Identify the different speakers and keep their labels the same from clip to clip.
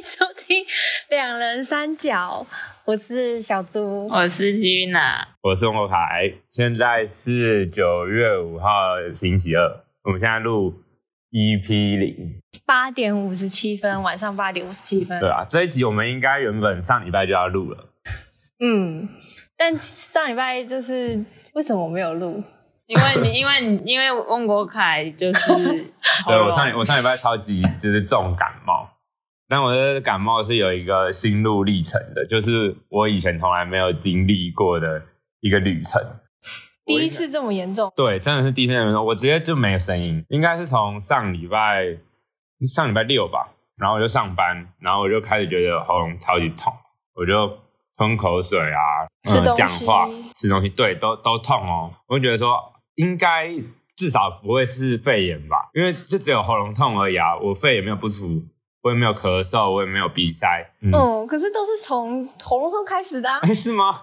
Speaker 1: 收听《两人三角》，我是小猪。
Speaker 2: 我是吉娜，
Speaker 3: 我是王国凯，现在是九月五号星期二，我们现在录 EP 零，
Speaker 1: 八点五十七分，晚上八点五十七分
Speaker 3: 对。啊，这一集我们应该原本上礼拜就要录了，
Speaker 1: 嗯，但上礼拜就是为什么我没有录？
Speaker 2: 因为你 因为你因为翁国凯就是
Speaker 3: 对我上
Speaker 2: 喉
Speaker 1: 哦
Speaker 3: 礼
Speaker 2: 咙
Speaker 3: 我上礼拜超级就是重感冒，但我的感冒是有一个心路历程的，就是我以前从来没有经历过的一个旅程。
Speaker 1: 第一次这么严重，
Speaker 3: 对，真的是第一次见面的时候，我直接就没有声音，应该是从上礼拜上礼拜六吧，然后我就上班，然后我就开始觉得喉咙超级痛，我就吞口水啊，
Speaker 1: 吃
Speaker 3: 嗯
Speaker 1: 东
Speaker 3: 讲
Speaker 1: 西
Speaker 3: 话、吃东西，对，都都痛哦。我就觉得说，应该至少不会是肺炎吧，因为就只有喉咙痛而已啊，我肺也没有不舒服，我也没有咳嗽，我也没有鼻塞，嗯，
Speaker 1: 嗯，可是都是从喉咙痛开始的、啊。
Speaker 3: 哎 是吗？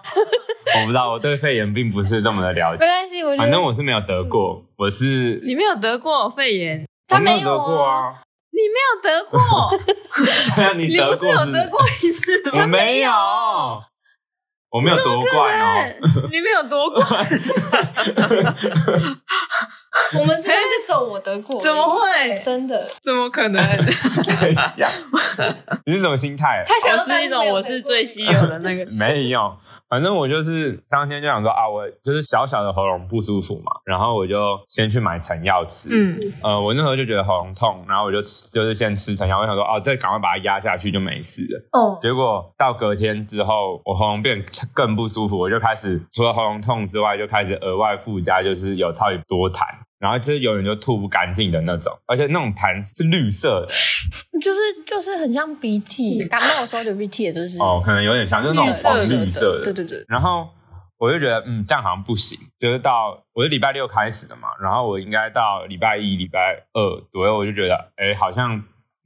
Speaker 3: 我不知道，我对肺炎并不是这么的了
Speaker 1: 没
Speaker 3: 解，
Speaker 1: 关系，我觉
Speaker 3: 反正
Speaker 1: 得
Speaker 3: 我是没有得过，我是
Speaker 2: 你没有得过肺炎，
Speaker 1: 他
Speaker 3: 我没
Speaker 1: 没有
Speaker 3: 得过
Speaker 1: 啊
Speaker 3: 啊，
Speaker 2: 你没有得过，
Speaker 3: 对 啊，你
Speaker 2: 你
Speaker 3: 得
Speaker 2: 不
Speaker 3: 过
Speaker 2: 是有得过一次
Speaker 3: 我
Speaker 2: 吗？
Speaker 3: 没有，我没有夺冠哦。
Speaker 2: 你没有得 过，
Speaker 1: 我们这边就走我得 过，
Speaker 2: 怎么会？
Speaker 1: 真的？
Speaker 2: 怎么可能？
Speaker 3: 你是什么心态？，
Speaker 1: 他想
Speaker 2: 我
Speaker 1: 要当
Speaker 2: 是一种我是最稀有的那个
Speaker 3: 没有，反正我就是当天就想说啊，我就是小小的喉咙不舒服嘛，然后我就先去买成药吃。
Speaker 2: 嗯，
Speaker 3: 呃，我那时候就觉得喉咙痛，然后我就吃，就是先吃成药，我想说哦、这赶快把它压下去就没事了。
Speaker 1: 哦，
Speaker 3: 结果到隔天之后，我喉咙变更不舒服，我就开始除了喉咙痛之外，就开始额外附加就是有超级多痰，然后就是有人就吐不干净的那种，而且那种痰是绿色的
Speaker 1: 就是就是很像鼻涕，感冒的时候流鼻涕也就是。
Speaker 3: 哦，可能有点像就是那种黄绿色的，
Speaker 1: 对对对，
Speaker 3: 然后我就觉得，嗯，这样好像不行。就是到我是礼拜六开始的嘛，然后我应该到礼拜一、礼拜二左右，我就觉得，哎，好像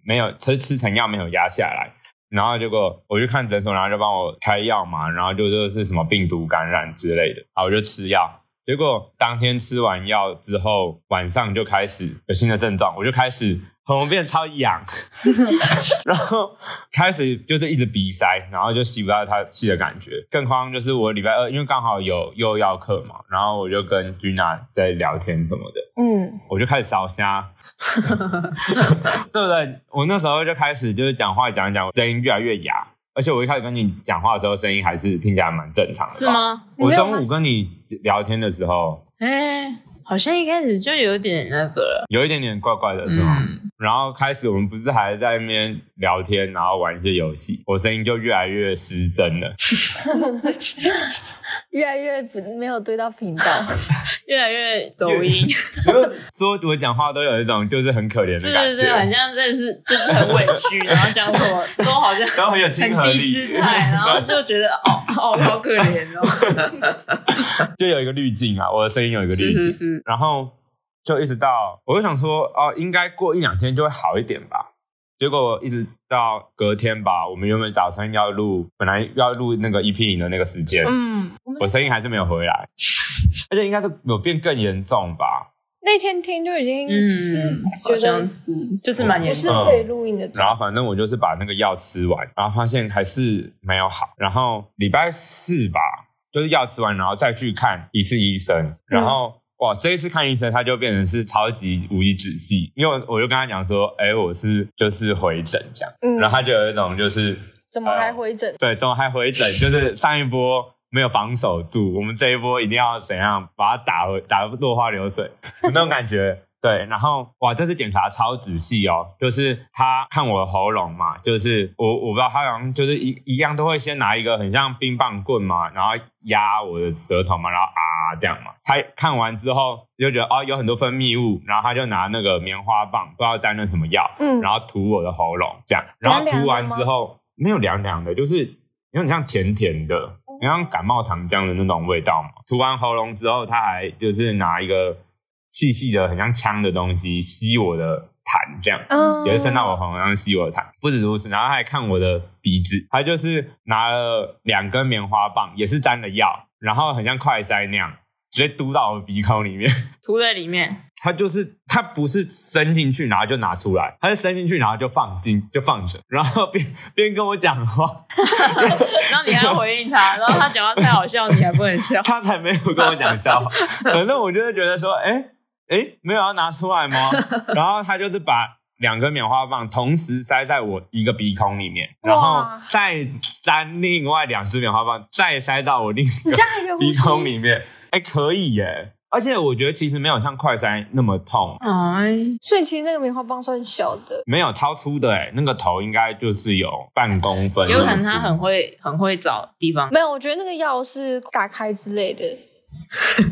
Speaker 3: 没有吃吃成药没有压下来。然后结果我去看诊所，然后就帮我开药嘛，然后就说是什么病毒感染之类的，好，我就吃药。结果当天吃完药之后，晚上就开始有新的症状，我就开始喉咙变得超痒，然后 开始就是一直鼻塞，然后就吸不到他气的感觉。更夸张就是我礼拜二，因为刚好有幼药课嘛，然后我就跟君娜在聊天什么的，
Speaker 1: 嗯，
Speaker 3: 我就开始烧 虾，对不对？我那时候就开始就是讲话讲一讲，声音越来越哑，而且我一开始跟你讲话的时候，声音还是听起来蛮正常的，
Speaker 2: 是？吗？
Speaker 1: 你
Speaker 3: 我
Speaker 1: 没有
Speaker 3: 中午跟你聊天的时候，
Speaker 2: 哎，好像一开始就有点那个了，
Speaker 3: 有一点点怪怪的，是吗？
Speaker 2: 嗯，
Speaker 3: 然后开始我们不是还在那边聊天，然后玩一些游戏，我声音就越来越失真了。
Speaker 1: 越来越不没有对到频道，
Speaker 2: 越来越走 音，
Speaker 3: 因为说我讲话都有一种就是很可怜
Speaker 2: 对
Speaker 3: 的感
Speaker 2: 对
Speaker 3: 觉，
Speaker 2: 对，好像这是就是很委屈，然后讲什么都好像
Speaker 3: 然后很有亲
Speaker 2: 很
Speaker 3: 和
Speaker 2: 低姿
Speaker 3: 力，
Speaker 2: 态，然后就觉得哦哦好可怜哦，
Speaker 3: 就有一个滤镜啊，我的声音有一个滤镜，
Speaker 2: 是是是，
Speaker 3: 然后就一直到我就想说哦，应该过一两天就会好一点吧。结果一直到隔天吧，我们原本打算要录，本来要录那个 EP 零的那个时间，
Speaker 2: 嗯，
Speaker 3: 我声音还是没有回来， 而且应该是有变更严重吧。
Speaker 1: 那天听就已经
Speaker 2: 嗯
Speaker 1: 是觉
Speaker 2: 好
Speaker 1: 得
Speaker 2: 像是就是蛮严
Speaker 1: 不是
Speaker 2: 重的，
Speaker 1: 可以录音的
Speaker 3: 嗯然
Speaker 1: 状
Speaker 3: 后反正我就是把那个药吃完，然后发现还是没有好。然后礼拜四吧，就是药吃完，然后再去看一次医生。然后、哇，这一次看医生，他就变成是超级无以止细，因为我就跟他讲说，哎，我是就是回诊这样。
Speaker 1: 嗯
Speaker 3: 然后他就有一种就是
Speaker 1: 怎么还回诊？
Speaker 3: 对，怎么还回诊？就是上一波没有防守住，我们这一波一定要怎样把它打回打落花流水，有那种感觉。对，然后哇，这次检查超仔细哦，就是他看我的喉咙嘛，就是我我不知道他好像就是一一样都会先拿一个很像冰棒棍嘛，然后压我的舌头嘛，然后啊这样嘛。他看完之后就觉得哦有很多分泌物，然后他就拿那个棉花棒，不知道沾了什么药，
Speaker 1: 嗯，
Speaker 3: 然后涂我的喉咙，这样，然后
Speaker 1: 凉凉
Speaker 3: 涂
Speaker 1: 的
Speaker 3: 完
Speaker 1: 吗
Speaker 3: 之后没有凉凉的，就是有点像甜甜的，有点像感冒糖浆的那种味道嘛。涂完喉咙之后，他还就是拿一个细细的、很像枪的东西吸我的痰，这样。
Speaker 1: 嗯
Speaker 2: 哦
Speaker 3: 也是伸到我喉咙上吸我的痰，不止如此，然后他还看我的鼻子，他就是拿了两根棉花棒，也是沾了药，然后很像快塞那样，直接嘟到我鼻孔里面，
Speaker 2: 涂在里面，
Speaker 3: 它就是它不是伸进去然后就拿出来，它是伸进去然后就放进就放着，然后边边跟我讲话，
Speaker 2: 然后你还回应 他，然后他讲话太好笑，你还不能笑。
Speaker 3: 他才没有跟我讲 笑话。反正我就会觉得说，哎、哎、没有要拿出来 吗？然后他就是把两根棉花棒同时塞在我一个鼻孔里面，然后
Speaker 1: 哇
Speaker 3: 再粘另外两只棉花棒，再塞到我另一
Speaker 1: 你
Speaker 3: 个
Speaker 1: 这样一个呼
Speaker 3: 鼻
Speaker 1: 吸，
Speaker 3: 孔里面。哎、可以耶！而且我觉得其实没有像快塞那么痛，
Speaker 2: 哎，
Speaker 1: 所以其实那个棉花棒算小的，
Speaker 3: 没有超粗的哎，那个头应该就是有半公分那
Speaker 2: 有
Speaker 3: 么粗。
Speaker 2: 可能他很会很会找地方。
Speaker 1: 没有，我觉得那个药是打开之类的。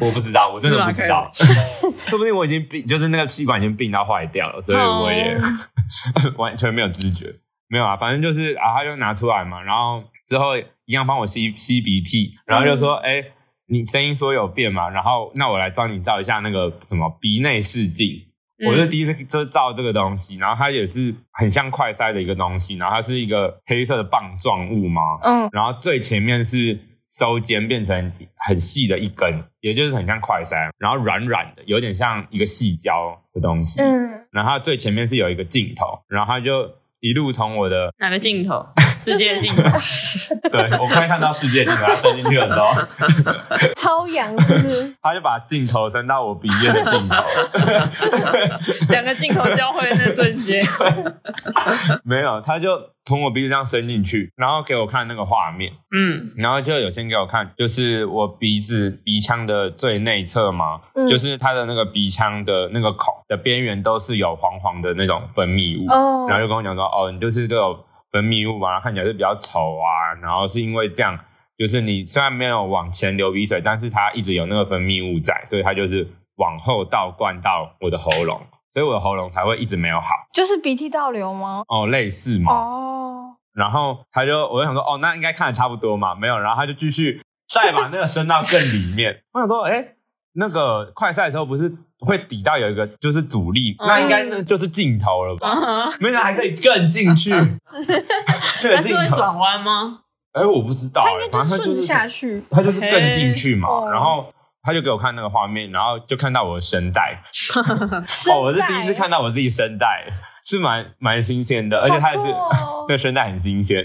Speaker 3: 我不知道，我真的不知道，
Speaker 2: 是
Speaker 3: 说不定我已经病，就是那个气管已经病到坏掉了，所以我也、
Speaker 2: 嗯
Speaker 3: 完全没有知觉。没有啊，反正就是啊，他就拿出来嘛，然后之后一样帮我吸吸鼻涕，然后就说：“
Speaker 2: 嗯
Speaker 3: 哎、你声音说有变嘛？然后那我来帮你照一下那个什么鼻内视镜。”
Speaker 2: 嗯
Speaker 3: 我是第一次就照这个东西，然后它也是很像快塞的一个东西，然后它是一个黑色的棒状物嘛，
Speaker 1: 嗯，
Speaker 3: 然后最前面是收尖，变成很细的一根，也就是很像快塞，然后软软的，有点像一个细胶的东西。
Speaker 1: 嗯，
Speaker 3: 然后它最前面是有一个镜头，然后它就一路从我的
Speaker 2: 哪个镜头？世界镜头。
Speaker 3: 对我快看到世界镜头，它伸进去的时候，
Speaker 1: 超痒是不是？
Speaker 3: 它就把镜头伸到我鼻尖的镜头，
Speaker 2: 两个镜头交汇的那瞬间，
Speaker 3: 没有，它就从我鼻子这样伸进去，然后给我看那个画面。
Speaker 2: 嗯，
Speaker 3: 然后就有先给我看，就是我鼻子鼻腔的最内侧嘛，
Speaker 1: 嗯
Speaker 3: 就是它的那个鼻腔的那个孔的边缘都是有黄黄的那种分泌物，
Speaker 1: 哦，
Speaker 3: 然后就跟我讲说，哦，你就是这种分泌物嘛，看起来是比较丑啊，然后是因为这样，就是你虽然没有往前流鼻水，但是它一直有那个分泌物在，所以它就是往后倒灌到我的喉咙，所以我的喉咙才会一直没有好，
Speaker 1: 就是鼻涕倒流吗？
Speaker 3: 哦，类似嘛，
Speaker 1: 哦，
Speaker 3: 然后他就，我就想说，哦，那应该看的差不多嘛，没有，然后他就继续再把那个伸到更里面。我想说，哎，那个快赛的时候不是会抵到有一个就是阻力，
Speaker 2: 嗯
Speaker 3: 那应该那就是镜头了
Speaker 2: 啊
Speaker 1: 嗯
Speaker 3: 吧？没想到还可以更进去， 更
Speaker 2: 他是
Speaker 3: 镜
Speaker 2: 会
Speaker 3: 头。
Speaker 2: 转弯吗？
Speaker 3: 哎，我不知道，
Speaker 1: 它应该
Speaker 3: 哎
Speaker 1: 就
Speaker 3: 反正他
Speaker 1: 顺着
Speaker 3: 就是
Speaker 1: 下去。
Speaker 3: 他就是更进去嘛
Speaker 1: 嘿哦。
Speaker 3: 然后他就给我看那个画面，然后就看到我的声带，
Speaker 1: 声
Speaker 3: 哦，我是第一次
Speaker 1: 带
Speaker 3: 看，到我自己声带，是蛮蛮新鲜的，而且他也是、
Speaker 1: 好酷哦
Speaker 3: 那声带很新鲜。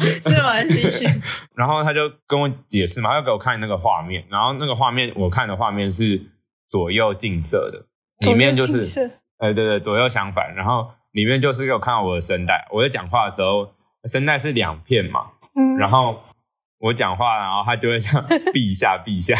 Speaker 2: 是蛮新鲜。
Speaker 3: 然后他就跟我解释嘛，他就给我看那个画面，然后那个画面我看的画面是左右近色的，里面就
Speaker 1: 左右近
Speaker 3: 是
Speaker 1: 视
Speaker 3: 呃对对左右相反，然后里面就是给我看到我的声带，我在讲话的时候声带是两片嘛，
Speaker 1: 嗯，。
Speaker 3: 然后我讲话，然后他就会这样避一下避一下，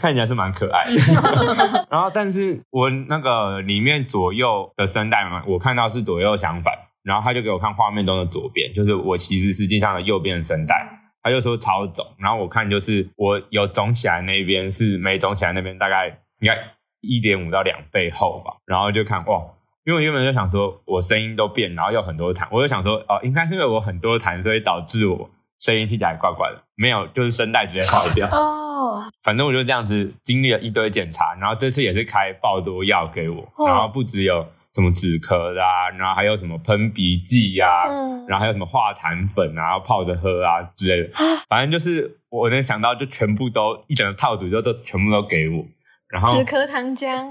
Speaker 3: 看起来是蛮可爱的。 然后但是我那个里面左右的声带嘛，我看到是左右相反，然后他就给我看画面中的左边，就是我其实实际上的右边的声带。他就说超肿，然后我看就是我有肿起来那边是没肿起来那边大概应该一点五到两倍厚吧，然后就看哇，因为我原本就想说我声音都变，然后有很多痰，我就想说哦、应该是因为我很多痰，所以导致我声音听起来怪怪的，没有，就是声带直接坏掉
Speaker 1: 哦，
Speaker 3: 反正我就这样子经历了一堆检查，然后这次也是开爆多药给我，
Speaker 1: 哦
Speaker 3: 然后不只有什么止咳的啊，然后还有什么喷鼻剂呀、
Speaker 1: 嗯，
Speaker 3: 啊然后还有什么化痰粉啊，泡着喝啊之类的，反正就是我能想到就全部都一整个套组就都全部都给我，然后
Speaker 1: 止咳糖浆，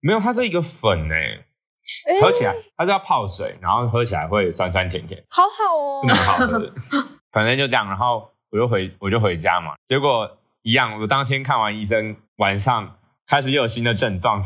Speaker 3: 没有它是一个粉哎、
Speaker 1: 哎
Speaker 3: 喝起来它是要泡水，然后喝起来会酸酸甜甜，
Speaker 1: 好好哦
Speaker 3: 是，蛮好喝的。反正就这样，然后我就回我就回家嘛，结果一样，我当天看完医生，晚上开始又有新的症状，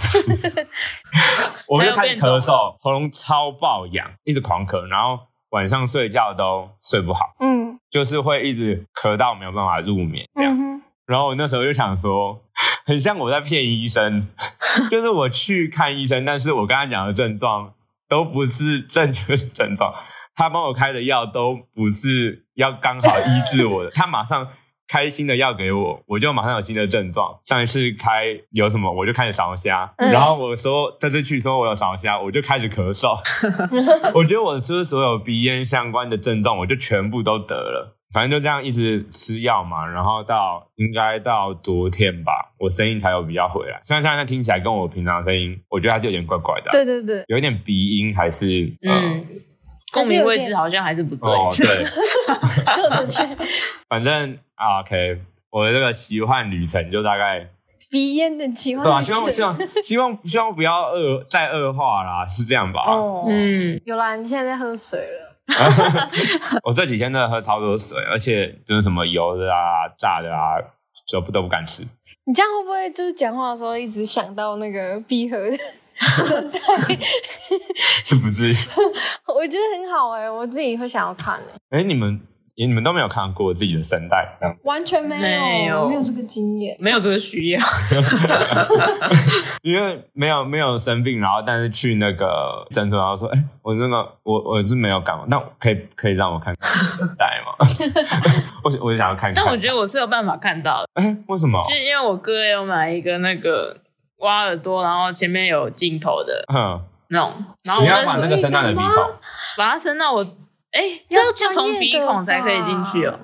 Speaker 3: 我就开始咳嗽，喉咙超爆痒，一直狂咳，然后晚上睡觉都睡不好，
Speaker 1: 嗯
Speaker 3: 就是会一直咳到没有办法入眠这样。
Speaker 1: 嗯哼，
Speaker 3: 然后我那时候就想说，很像我在骗医生， 就是我去看医生，但是我跟他讲的症状都不是正确的症状，他帮我开的药都不是要刚好医治我的，他马上开新的药给我，我就马上有新的症状。上一次开有什么，我就开始烧虾，
Speaker 1: 嗯
Speaker 3: 然后我说这次去说我有烧虾，我就开始咳嗽。 我觉得我就是所有鼻炎相关的症状，我就全部都得了。反正就这样一直吃药嘛，然后到应该到昨天吧，我声音才有比较回来。虽然现在听起来跟我平常的声音，我觉得还是有点怪怪的啊，
Speaker 1: 对对对，
Speaker 3: 有一点鼻音还是呃
Speaker 2: 嗯，共鸣位置好像还是不对。
Speaker 3: 哦对，
Speaker 1: 这个正确，
Speaker 3: 反正啊 OK，我的这个奇幻旅程就大概
Speaker 1: 鼻炎的期望
Speaker 3: 对吧、啊希望
Speaker 1: 是
Speaker 3: 希望希望希望不要恶再恶化啦，是这样吧？
Speaker 1: 哦，
Speaker 2: 嗯，
Speaker 1: 有啦，你现在在喝水了，
Speaker 3: 我这几天真的喝超多水，而且就是什么油的啊、炸的啊，就不都不敢吃。
Speaker 1: 你这样会不会就是讲话的时候一直想到那个闭合的生态？
Speaker 3: 是不至于。
Speaker 1: 我觉得很好哎、我自己会想要看哎、
Speaker 3: 哎、你们你们都没有看过自己的声带这样子，
Speaker 1: 完全没有，
Speaker 2: 没有
Speaker 1: 没有这个经验。
Speaker 2: 没有这个需要。
Speaker 3: 因为没有没有生病，然后但是去那个诊所，然后说，哎、我那个我我是没有感冒，那可以可以让我看看你的声带吗？ 我我想要看看。
Speaker 2: 但我觉得我是有办法看到的，
Speaker 3: 哎、为什么？
Speaker 2: 就是因为我哥有买一个那个挖耳朵，然后前面有镜头的
Speaker 3: 嗯，
Speaker 2: 那种，然后
Speaker 3: 你
Speaker 2: 我
Speaker 3: 要把
Speaker 2: 就
Speaker 3: 那个声带的鼻
Speaker 1: 你懂
Speaker 3: 孔，
Speaker 2: 把它伸到我，哎，这
Speaker 1: 要
Speaker 2: 个就从鼻孔才可以进去哦，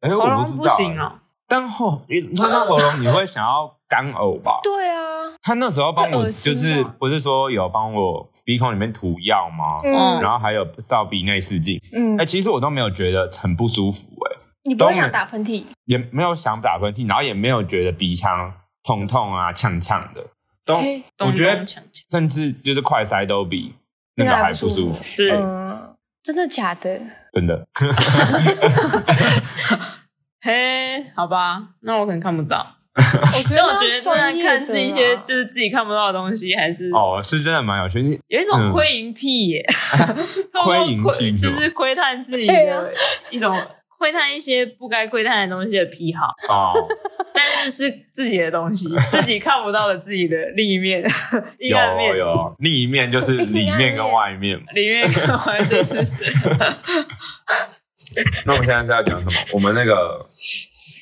Speaker 3: 哎、
Speaker 2: 喉
Speaker 3: 我不
Speaker 2: 咙
Speaker 3: 知道、
Speaker 2: 不行哦。
Speaker 3: 但后你那那喉咙你会想要干呕吧？
Speaker 1: 对啊，
Speaker 3: 他那时候帮
Speaker 1: 会
Speaker 3: 我
Speaker 1: 恶
Speaker 3: 就
Speaker 1: 心
Speaker 3: 是
Speaker 2: 哦
Speaker 1: 吧
Speaker 3: 不是说有帮我鼻孔里面涂药吗？
Speaker 1: 嗯
Speaker 3: 然后还有照鼻内视镜，
Speaker 1: 嗯
Speaker 3: 哎、，其实我都没有觉得很不舒服、哎，
Speaker 1: 你不会
Speaker 3: 懂
Speaker 1: 想打喷嚏？
Speaker 3: 也没有想打喷嚏，然后也没有觉得鼻腔痛痛啊、呛呛的，都
Speaker 1: 嘿
Speaker 3: 欸我觉得
Speaker 2: 咚咚锵
Speaker 1: 嗯
Speaker 2: 锵
Speaker 3: 甚至就是快塞都比那个
Speaker 1: 那个还
Speaker 3: 还
Speaker 1: 啊不
Speaker 3: 不舒
Speaker 1: 舒
Speaker 3: 服
Speaker 1: 服，
Speaker 2: 是
Speaker 1: 嗯，真的假的？
Speaker 3: 真的。
Speaker 2: 嘿，好吧，那我可能看不到。
Speaker 1: 我觉
Speaker 2: 但我
Speaker 1: 要
Speaker 2: 觉得真
Speaker 1: 专
Speaker 2: 的
Speaker 1: 业
Speaker 2: 看
Speaker 1: 的啊
Speaker 2: 这一些
Speaker 1: 啦
Speaker 2: 就是自己看不到的东西，还是
Speaker 3: 哦，是真的蛮有趣，你
Speaker 2: 有一种窥淫癖 耶，透过
Speaker 3: 窥淫癖是
Speaker 2: 就
Speaker 3: 吗
Speaker 2: 是窥探自己
Speaker 1: 对啊
Speaker 2: 的一种窥探一些不该窥探的东西的癖好，
Speaker 3: 哦，
Speaker 2: 但是是自己的东西，自己看不到的自己的另一面、阴
Speaker 3: 有
Speaker 2: 暗面。
Speaker 3: 有另一 面就是里面跟外面嘛。
Speaker 2: 里面看完这是谁？
Speaker 3: 那我们现在是要讲什么？我们那 个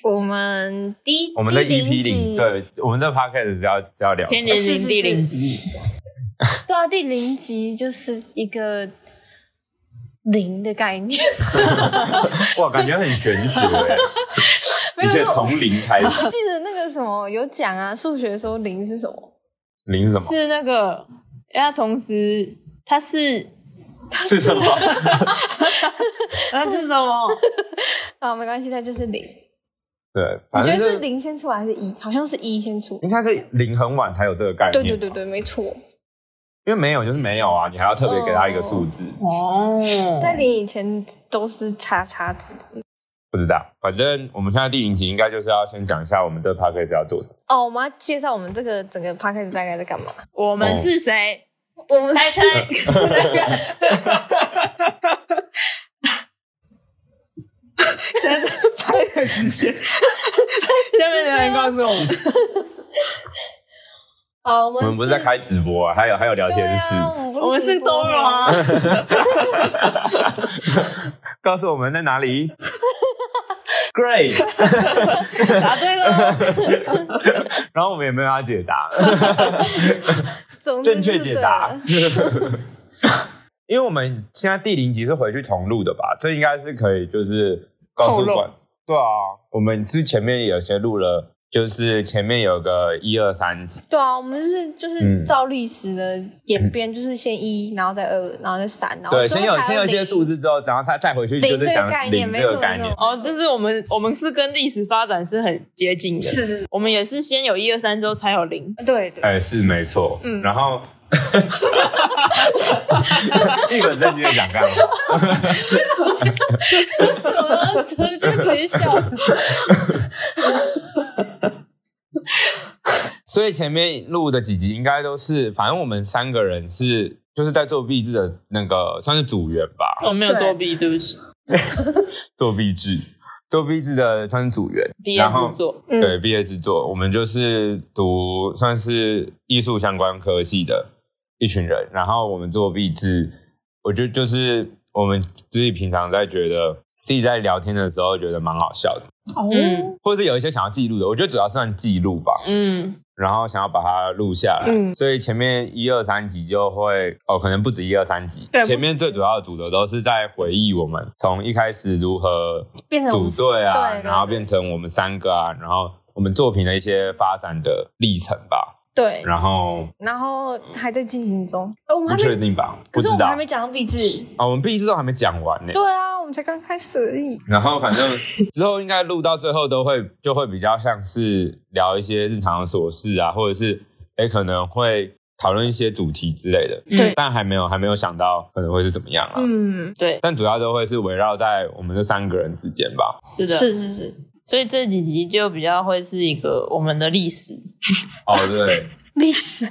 Speaker 1: 我们第
Speaker 3: 我们的
Speaker 1: 第
Speaker 3: EP 零，
Speaker 1: 集
Speaker 3: 对我们这 podcast 只要只要 聊
Speaker 2: 天灵
Speaker 1: 是是
Speaker 2: 灵
Speaker 1: 是
Speaker 2: 地灵集，
Speaker 1: 对啊，第零集就是一个零的概念，
Speaker 3: 哇，感觉很玄 学哎，
Speaker 1: 没
Speaker 3: 一
Speaker 1: 有
Speaker 3: 切从零开始。
Speaker 1: 记得那个什么有讲啊，数学说零是什么？
Speaker 3: 零是什么？
Speaker 2: 是那个，因为它同时它 是
Speaker 3: 是什么？
Speaker 2: 它是什么？
Speaker 1: 啊，没关系，它就是零。
Speaker 3: 对，
Speaker 1: 你
Speaker 3: 反
Speaker 1: 觉
Speaker 3: 正
Speaker 1: 得
Speaker 3: 就是
Speaker 1: 零先出来还是一？好像是一先出。
Speaker 3: 应该是零很晚才有这个概念。
Speaker 1: 对对对，对，没错。
Speaker 3: 因为没有就是没有啊，你还要特别给他一个数字，
Speaker 2: 哦，
Speaker 1: 在零以前都是叉叉子。
Speaker 3: 不知道。反正我们现在第零集应该就是要先讲一下我们这 p a c k a g e 要做什么。
Speaker 1: 哦，我们要介绍我们这个整个 p a c k a g e 大概在干嘛？
Speaker 2: 我
Speaker 3: 哦
Speaker 2: 们是谁？
Speaker 1: 我们
Speaker 2: 猜
Speaker 1: 是
Speaker 2: 猜， 猜猜猜的直接，下面的人啊告诉我们，
Speaker 1: 哦，我
Speaker 3: 我们不是在开直播啊，还有还有聊
Speaker 1: 对
Speaker 3: 天室，
Speaker 1: 啊，我们不是
Speaker 2: 我们是
Speaker 1: 直播
Speaker 2: 多荣
Speaker 1: 吗
Speaker 2: 啊，
Speaker 3: 告诉我们在哪 里。Great，
Speaker 2: 答对了，哦
Speaker 3: 然后我们也没有要解答，
Speaker 1: 总之
Speaker 3: 正确解答
Speaker 1: 是啊的。
Speaker 3: 因为我们现在第零集是回去重录的吧？这应该是可以，就是告
Speaker 2: 透
Speaker 3: 诉
Speaker 2: 露
Speaker 3: 管。对啊，我们之前面有些录了，就是前面有个一二三集，
Speaker 1: 对啊，我们是就是
Speaker 3: 嗯
Speaker 1: 照历史的演变，就是先一，然后再二，然后再三，然后
Speaker 3: 对，
Speaker 1: 最
Speaker 3: 先
Speaker 1: 后
Speaker 3: 有
Speaker 1: 才
Speaker 3: 先有一些
Speaker 1: 零
Speaker 3: 数，字之后，然后再再回去就是
Speaker 1: 零这
Speaker 3: 想
Speaker 1: 个概念
Speaker 3: 零
Speaker 1: 没
Speaker 3: 这个
Speaker 1: 错
Speaker 3: 概
Speaker 1: 没
Speaker 3: 念
Speaker 1: 错，
Speaker 2: 哦，就是我们我们是跟历史发展是很接近的，
Speaker 1: 是是是，
Speaker 2: 我们也是先有一二三之后才有零，
Speaker 1: 对对，
Speaker 3: 哎，是没错。
Speaker 1: 嗯
Speaker 3: 然后 一本正经的讲干嘛？
Speaker 1: 什么 直接直接笑，
Speaker 3: 所以前面录的几集应该都是，反正我们三个人是就是在做壁纸的那个算是组员吧，
Speaker 2: 我哦没有作弊，对不起，
Speaker 3: 做壁纸。做壁纸的算是组员，
Speaker 2: 毕业
Speaker 3: 然后
Speaker 2: 制作，
Speaker 1: 嗯
Speaker 3: 对毕业制作，我们就是读算是艺术相关科系的一群人，然后我们做壁纸，我觉得就是我们自己平常在觉得自己在聊天的时候觉得蛮好笑的，
Speaker 1: 哦
Speaker 2: 嗯
Speaker 3: 或者是有一些想要记录的，我觉得主要是算记录吧，
Speaker 2: 嗯，
Speaker 3: 然后想要把它录下来，
Speaker 1: 嗯
Speaker 3: 所以前面一二三集就会哦，可能不止一二三集
Speaker 1: 对，
Speaker 3: 前面最主要的主轴都是在回忆我们从一开始如何
Speaker 1: 变成我
Speaker 3: 组
Speaker 1: 们
Speaker 3: 队啊，
Speaker 1: 对对
Speaker 3: 然后
Speaker 1: 对
Speaker 3: 变成我们三个啊，然后我们作品的一些发展的历程吧。
Speaker 1: 对，
Speaker 3: 然后
Speaker 1: 然后还在进行中。呃，我们
Speaker 3: 不
Speaker 1: 还
Speaker 3: 确
Speaker 1: 没，
Speaker 3: 定吧，
Speaker 1: 可
Speaker 3: 不
Speaker 1: 是
Speaker 3: 知
Speaker 1: 我们
Speaker 3: 道
Speaker 1: 还没讲到壁纸。
Speaker 3: 啊，我们毕竟都还没讲完呢。
Speaker 1: 对啊，我们才刚开始而已。
Speaker 3: 然后反正之后应该录到最后都会就会比较像是聊一些日常的琐事啊，或者是哎可能会讨论一些主题之类的，
Speaker 1: 对
Speaker 2: 嗯
Speaker 3: 但还没有还没有想到可能会是怎么样啊。
Speaker 1: 嗯，
Speaker 2: 对，
Speaker 3: 但主要都会是围绕在我们这三个人之间吧。
Speaker 2: 是的，
Speaker 1: 是是是，
Speaker 2: 所以这几集就比较会是一个我们的历史，
Speaker 3: 哦， 对，
Speaker 1: 历史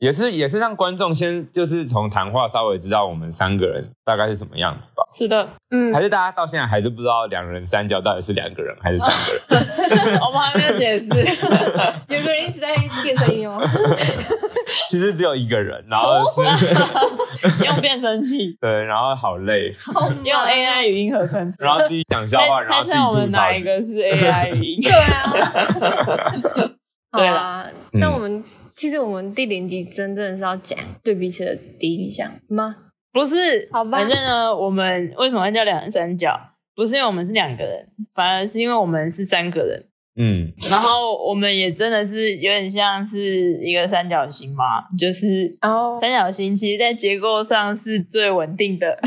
Speaker 3: 也是也是让观众先就是从谈话稍微知道我们三个人大概是什么样子吧。
Speaker 2: 是的，
Speaker 1: 嗯
Speaker 3: 还，是大家到现在还是不知道两人三角到底是两个人还是三个 人？
Speaker 2: 我们还没有解释，
Speaker 1: 有个人一直在变声音哦。
Speaker 3: 其实只有一个人，然后
Speaker 2: 哦
Speaker 3: 是
Speaker 2: 用变声器，
Speaker 3: 对，然后好累，
Speaker 2: 用 AI 语音合成器，
Speaker 3: 然后自己讲笑话，
Speaker 2: 猜
Speaker 3: 然后
Speaker 2: 猜
Speaker 3: 自己
Speaker 2: 测我
Speaker 3: 吐
Speaker 2: 们
Speaker 3: 槽
Speaker 2: 哪。一个是 AI 语 音？
Speaker 1: 对啊，
Speaker 2: 对
Speaker 1: 好
Speaker 2: 了
Speaker 1: 啊，那
Speaker 3: 嗯
Speaker 1: 我们其实我们第零集真正是要讲对彼此的第一印象吗？
Speaker 2: 不是，
Speaker 1: 好吧
Speaker 2: 反正呢，我们为什么要叫两人三角？不是因为我们是两个人，反而是因为我们是三个人。
Speaker 3: 嗯，
Speaker 2: 然后我们也真的是有点像是一个三角形嘛，就是
Speaker 1: 哦，
Speaker 2: 三角形其实在结构上是最稳定的，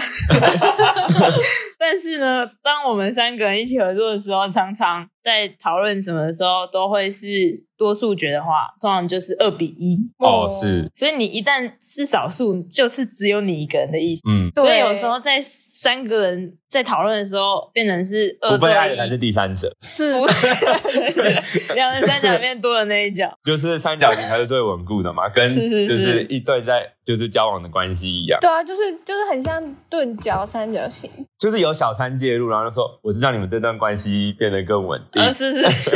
Speaker 2: 但是呢，当我们三个人一起合作的时候，常常在讨论什么的时候，都会是多数决的话，通常就是二比一。
Speaker 3: 哦是，
Speaker 2: 所以你一旦是少数，就是只有你一个人的意思。
Speaker 3: 嗯，
Speaker 1: 对
Speaker 2: 所以有时候在三个人在讨论的时候，变成是二
Speaker 3: 不被爱的才
Speaker 2: 呃对
Speaker 3: 是第三者，
Speaker 1: 是
Speaker 2: 一， 两人三角里面多的那一角。
Speaker 3: 就是三角形才是最稳固的 嘛，跟
Speaker 2: 是是是
Speaker 3: 就是一对在就是交往的关系一样，
Speaker 1: 对啊，就是就是很像钝角三角形，
Speaker 3: 就是有小三介入，然后就说我知道你们这段关系变得更稳定
Speaker 1: 嗯
Speaker 2: 呃，，是 是是，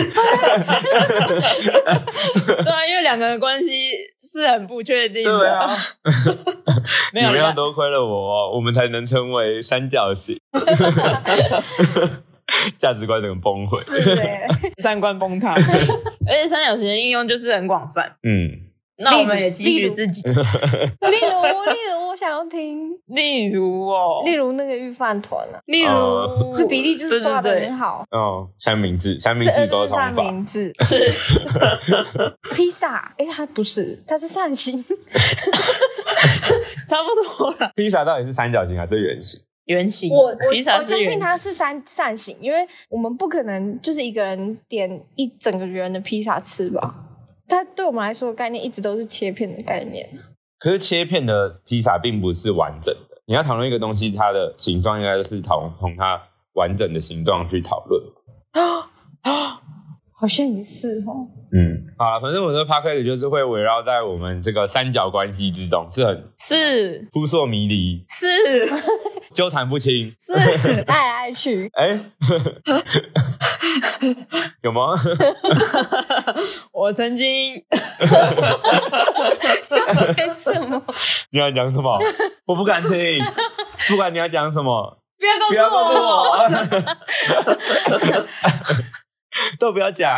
Speaker 2: 对啊，因为两个人的关系是很不确定的，
Speaker 3: 对啊，
Speaker 2: 没
Speaker 3: 你
Speaker 2: 有
Speaker 3: 们要
Speaker 2: 啦
Speaker 3: 多亏了我、哦，我们才能成为三 角形。价值观整个崩溃。
Speaker 1: 是哎，
Speaker 2: 三观 崩塌，而且三角形的应用就是很广泛。
Speaker 3: 嗯，
Speaker 2: 那我们也期
Speaker 1: 例
Speaker 2: 许
Speaker 1: 如
Speaker 2: 自己，
Speaker 1: 例如例如我想要听，
Speaker 2: 例如哦，
Speaker 1: 例如那个御饭团啊，
Speaker 2: 例
Speaker 3: 哦
Speaker 2: 如
Speaker 1: 这比例就是抓的
Speaker 2: 对对
Speaker 1: 很好，
Speaker 3: 哦，三明治，三明
Speaker 1: 是呃
Speaker 3: 治沟
Speaker 1: N
Speaker 3: 通
Speaker 1: 三
Speaker 3: 法，
Speaker 1: 明治，
Speaker 2: 对是
Speaker 1: 披 萨，哎，它不是，它是扇 形，
Speaker 2: 差不多了。
Speaker 3: 披萨到底是三角形还是圆形？
Speaker 2: 圆形，
Speaker 1: 我我
Speaker 2: 披萨
Speaker 1: 我
Speaker 2: 是
Speaker 1: 相
Speaker 2: 圆
Speaker 1: 信
Speaker 2: 形
Speaker 1: 它是三扇形，因为我们不可能就是一个人点一整个圆的披萨吃吧。它对我们来说的概念一直都是切片的概念，
Speaker 3: 可是切片的披萨并不是完整的。你要讨论一个东西，它的形状应该是讨从它完整的形状去讨论。
Speaker 1: 好像也是哦。
Speaker 3: 嗯，好了，反正我的 p a c k a g e 就是会围绕在我们这个三角关系之中，是很
Speaker 2: 是
Speaker 3: 扑朔迷离、
Speaker 2: 是
Speaker 3: 纠缠不清。
Speaker 2: 是，
Speaker 1: 爱来爱去，
Speaker 3: 哎、有吗？
Speaker 2: 我曾经
Speaker 1: 为什么？
Speaker 3: 你要讲什么？我不敢听，不管你要讲什么，
Speaker 2: 不要告
Speaker 3: 不
Speaker 2: 诉
Speaker 3: 要告诉
Speaker 2: 我，
Speaker 3: 我， 都不要讲。